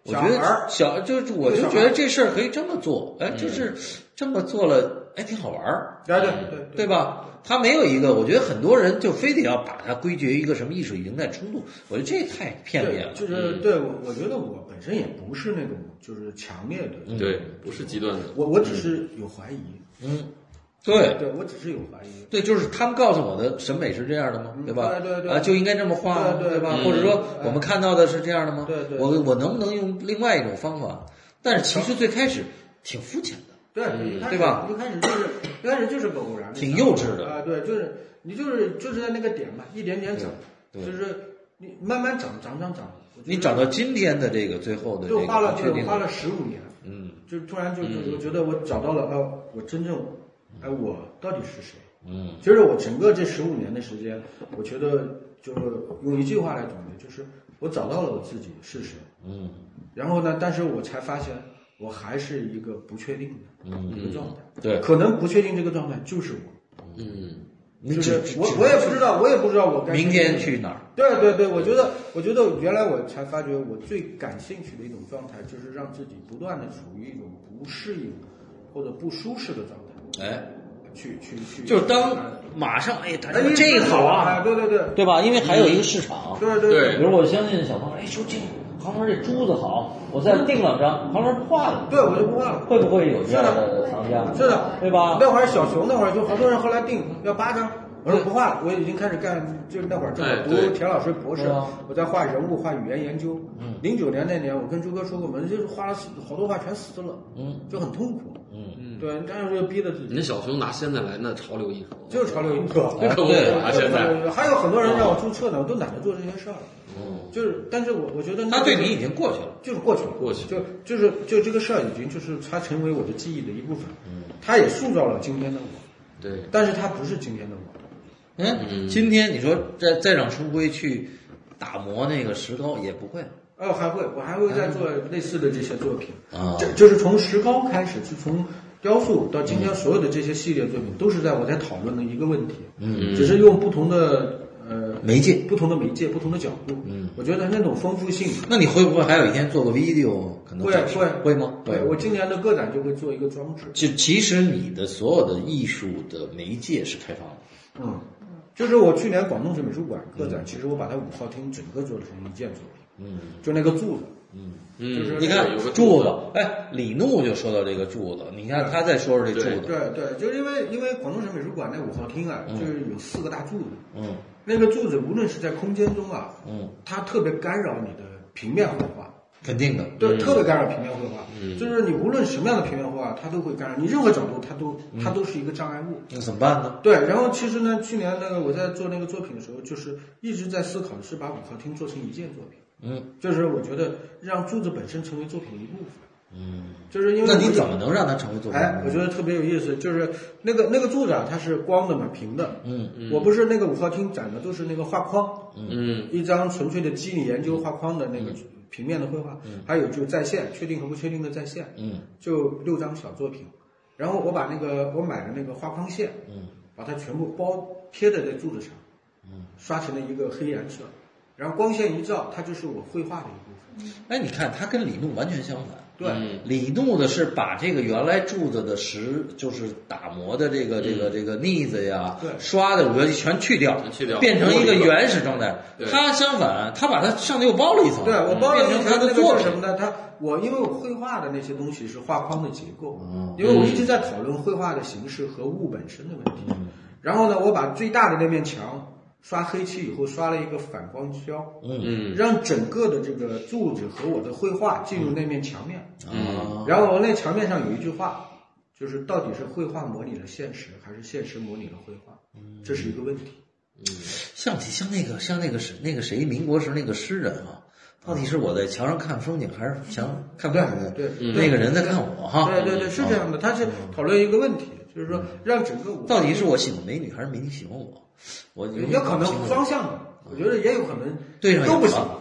F: 我
C: 小
F: 觉
C: 孩
F: 得
C: 儿嗯
F: 小就是我就觉得这事儿可以这么做，哎，就是这么做了，哎，挺好玩儿，
C: 对对
F: 对吧？它没有一个，我觉得很多人就非得要把它归结于一个什么艺术形态冲突，我觉得这太片面了。
C: 就是对我，我觉得我本身也不是那种就是强烈
F: 嗯
C: 的，
B: 对，不是极端的，
C: 我我只是有怀疑，
F: 对
C: 对我只是有怀疑，
F: 对，就是他们告诉我的审美是这样的吗？
C: 嗯
F: 对吧？
C: 对对对
F: 啊，就应该这么画吗？
C: 对对
F: 吧？
C: 对
F: 或者说
C: 嗯
F: 我们看到的是这样的吗？
C: 对对
F: 我我能不能用另外一种方法？但是其实最开始挺肤浅的，
C: 对，一开始
F: 对吧
C: 一开始就是一开始就是个偶然的想法，
F: 挺幼稚的。
C: 啊，对，就是你就是就是在那个点吧，一点点长，
F: 对
C: 就是你慢慢长长长长，我觉得
F: 你找到今天的这个最后的这
C: 对
F: 个
C: 我花了
F: 不
C: 对
F: 确定
C: 我花
F: 的，
C: 了十五年，
F: 嗯
C: 就是突然就就我觉得我找到了，呃，我真正，哎、我到底是谁？
F: 嗯，
C: 其实我整个这十五年的时间，我觉得就是用一句话来总结，就是我找到了我自己是谁。
F: 嗯
C: 然后呢，但是我才发现我还是一个不确定的
F: 嗯
C: 一个状态。
F: 对，
C: 可能不确定这个状态就是我，
B: 嗯，
F: 你
C: 就
F: 只
C: 是
F: 只
C: 我
F: 只
C: 我也不知道，我也不知道我该
F: 明天。去哪儿？
C: 对对对，我觉得，我觉得原来我才发觉，我最感兴趣的一种状态，就是让自己不断的处于一种不适应或者不舒适的状态，
F: 哎，
C: 去去去。
F: 就是当马上哎，大家
C: 哎，
F: 这个好啊，
C: 哎，对对对，
A: 对吧？因为还有一个市场，
C: 对
B: 对
C: 对
A: 比如我相信小胖，哎，说这旁边这珠子好，我再订两张，旁边不画了，
C: 对，我就不画了。
A: 会不会有这样的藏家？
C: 是的，
A: 对吧？
C: 那会儿小熊那会儿就好多人后来订要八张，我说不画了，我已经开始干，就是那会儿正好
B: 哎
C: 读
B: 对
C: 田老师博士
A: 对啊，嗯
C: 我在画人物、画语言研究。零九年那年，我跟朱哥说过，我们就是画了死好多画全死了，
A: 嗯
C: 就很痛苦。
A: 嗯，
C: 对，但是又逼着自
B: 你那
C: 己，
B: 小熊拿现在来那潮流艺术，
C: 就是潮流艺术。
B: 那可不
F: 对
B: 嘛，现在，
C: 还有很多人让
F: 嗯
C: 我注册呢，我都懒得做这些事儿了。就是，但是我我觉得那
F: 他对你已经过去了。
C: 就是过去了，
B: 过去
C: 就就是就这个事儿已经就是它成为我的记忆的一部分，
F: 嗯
C: 它也塑造了今天的我，
B: 对，
C: 但是它不是今天的我，
F: 嗯，
B: 嗯
F: 今天你说再再让春晖去打磨那个石膏也不会
C: 呃，还会我还会
F: 嗯
C: 再做类似的这些作品，
F: 啊
C: 这就是从石膏开始，是从雕塑到今天所有的这些系列作品，都是在我在讨论的一个问题，
B: 嗯
C: 只是用不同的呃
F: 媒介。
C: 不同的媒介、不同的角度，嗯，我觉得那种丰富性。
F: 那你会不会还有一天做个 video？可能
C: 会
A: 啊
F: 展示
C: 会
F: 会吗？
C: 对，我今年的个展就会做一个装置，
F: 就其实你的所有的艺术的媒介是开放的，
C: 嗯，就是我去年广东省美术馆个展，其实我把它五号厅整个做成一件作品，嗯，就那个柱子，
B: 嗯，
C: 就是
F: 你看
B: 有个
F: 柱
B: 柱
F: 子，哎，李怒就说到这个柱子，你看他再说说这柱子，
C: 对对，就是因为因为广东省美术馆那五号厅啊，就是有四个大柱子，
F: 嗯
C: 那个柱子无论是在空间中啊，
F: 嗯，
C: 它特别干扰你的平面绘画，
F: 肯定的，
C: 对，特别干扰平面绘画，
F: 嗯
C: 就是你无论什么样的平面绘画，它都会干扰你任何角度，它都
F: 嗯
C: 它都是一个障碍物，
F: 那怎么办呢？
C: 对，然后其实呢，去年那个我在做那个作品的时候，就是一直在思考是把五号厅做成一件作品。
F: 嗯，
C: 就是我觉得让柱子本身成为作品的一部分。嗯，就是因为
F: 那你
C: 我
F: 怎么能让它成为作品呢？
C: 哎，我觉得特别有意思，就是那个那个柱子啊，它是光的嘛，平的。
F: 嗯
B: 嗯
C: 我不是那个五号厅展的都是那个画框，
B: 嗯
C: 一张纯粹的机理研究画框的
F: 嗯
C: 那个平面的绘画，还有就在线确定和不确定的在线，
F: 嗯，
C: 就六张小作品。然后我把那个我买的那个画框线，
F: 嗯，
C: 把它全部包贴在这柱子上，嗯，刷成了一个黑颜色，然后光线一照，它就是我绘画的一部分。
F: 哎，你看他跟李怒完全相反。
C: 对，
B: 嗯
F: 李怒的是把这个原来柱子的石，就是打磨的这个这个这个腻子呀
C: 嗯对、
F: 刷的逻辑全去掉
B: 全去，掉
F: 变成一个原始状态。
B: 对
F: 他相反，他把它上去又包了一层，
C: 对我包了
F: 变
C: 一
F: 成他
C: 层
F: 的
C: 那个
F: 作
C: 是
F: 品
C: 什么呢？它我因为我绘画的那些东西是画框的结构，因为我一直在讨论绘画的形式和物本身的问题。然后呢，我把最大的那面墙刷黑漆以后，刷了一个反光胶，
B: 嗯
C: 让整个的这个柱子和我的绘画进入那面墙面。
B: 嗯
C: 然后那墙面上有一句话，就是到底是绘画模拟了现实，还是现实模拟了绘画？这是一个问题。
F: 像像那个像那个谁那个谁，民国时候那个诗人啊，到底是我在墙上看风景，还是墙看不见人？
C: 对
A: 嗯
C: 对
F: 那个人在看我哈。啊
C: 对对对，是这样的，他是
F: 嗯
C: 讨论一个问题，就是说让整个我
F: 到底是我喜欢美女，还是美女喜欢我？我
C: 也可能双向的，我觉得也有可能
F: 对上
C: 都不
F: 眼
C: 行。
F: 了，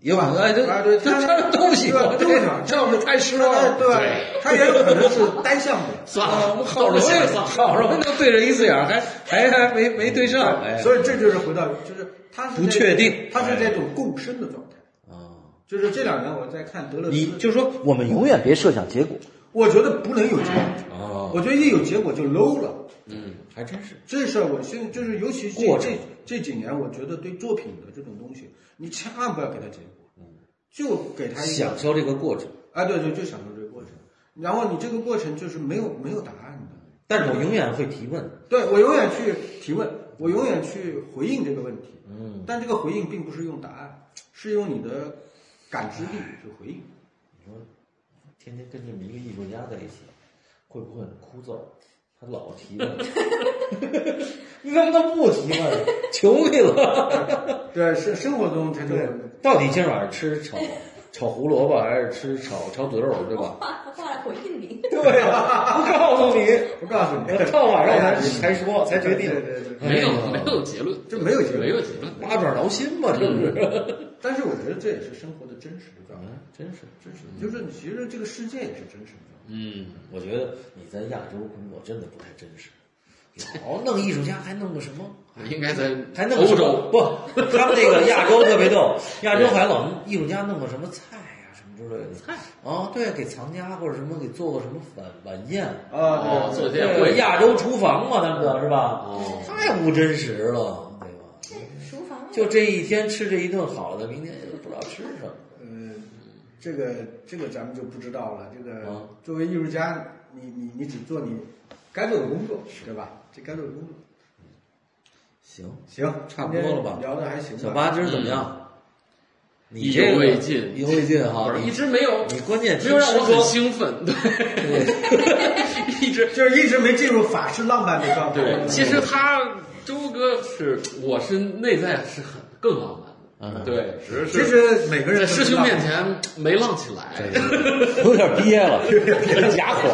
F: 有可能哎，这
C: 啊，对，
F: 他
C: 他
F: 他都不喜
C: 对
F: 欢，
C: 都不行，
F: 这样就太失落
C: 他
A: 啊
F: 了。
C: 对，他也有可能是单向 的，
B: 算了，我
F: 好容易，好容易能 对着一次眼儿，还还还没没对上，哎，
C: 所以这就是回到，就是他是
F: 不确定哎
C: 他是那种共生的状态。
F: 啊，
C: 就是这两年我在看德勒
F: 你
C: 兹，
F: 就说我们永远别设想结果，
C: 我觉得不能有结果，
F: 啊，
C: 我觉得一有结果就 low 了。
F: 嗯，还真是。
C: 这事儿我现在就是，尤其是
F: 过
C: 这
F: 程
C: 这这几年，我觉得对作品的这种东西，你千万不要给他结果，
F: 嗯
C: 就给他一个
F: 享受这个过程。
C: 哎，对对，就享受这个过程。然后你这个过程就是没有没有答案的，
F: 但是我永远会提问，
C: 对我永远去提问，我永远去回应这个问题，嗯，但这个回应并不是用答案，是用你的感知力去回应。
F: 天天跟这么一个艺术家在一起，会不会很枯燥？他老提问，你能不能不提问？求你了。
C: 对，生生活中才这
F: 对
C: 种，
F: 到底今儿晚上吃炒炒胡萝卜还是吃炒炒土豆，对吧？
E: 话话来回应你。
F: 对呀，不告诉你，
C: 我告诉你，
F: 到晚上才才说才决定
C: 对，对对对，
B: 没有没有结论，
C: 这没有结论
B: 没有结论。
F: 八爪挠心嘛，这不是？嗯
C: 但是我觉得这也是生活的真实的状态，
F: 真是。
C: 真实的，就是其实这个世界也是真实的状态。
B: 嗯，
F: 我觉得你在亚洲工作真的不太真实，老弄艺术家还弄个什么？
B: 应该在
F: 还弄个
B: 欧
F: 什么
B: 洲，
F: 不？ 他们那个亚洲特 别逗，亚洲还老艺术家弄个什么菜呀、什么之类的
B: 菜
F: 啊，对，给藏家或者什么给做个什么晚晚宴，
C: 啊，
B: 哦，
C: 对
B: 做
C: 对
B: 这样会
F: 亚洲厨房嘛，他们叫是吧？
B: 哦，
F: 太不真实了，对吧？
E: 厨房
F: 就这一天吃这一顿好的，明天就不知道吃什么。
C: 呃，这个这个咱们就不知道了。这个、
F: 啊
C: 作为艺术家，你你你只做你该做的工作，对吧？这该做的工作。
F: 行，
C: 行，
F: 差不多了吧
C: 今天聊的还行吧。
F: 小八今儿怎么样？你
B: 意
F: 这
B: 犹
F: 个
B: 未尽
F: 嗯意犹未尽哈
B: 不，是
F: 你
B: 一直没有，
F: 你关键
B: 没有让我
F: 听
B: 很
F: 说
B: 兴奋，对，一直
C: 就是一直没进入法式浪漫的状态。
B: 对，其实他周哥是，我是内在是很更浪
F: 嗯
B: 漫的， 对，只
C: 其
B: 是
C: 实每个人
B: 在
C: 都
B: 师
C: 知
B: 兄
C: 道
B: 面前没浪起来，
D: 有点憋了，假火。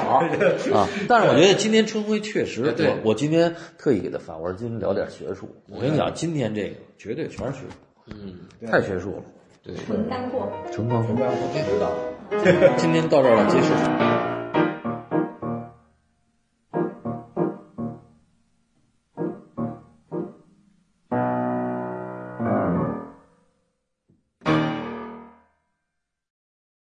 A: 啊，但是我觉得今天春晖确实，
B: 对
A: 我我今天特意给他发，我说今天聊点学术。我跟你讲，今天这个绝对全是学术，
B: 嗯，
C: 对
A: 太学术了，
E: 纯干货。
A: 纯光
C: 明白我不知道。
A: 今天到这儿了，结束。
C: 嗯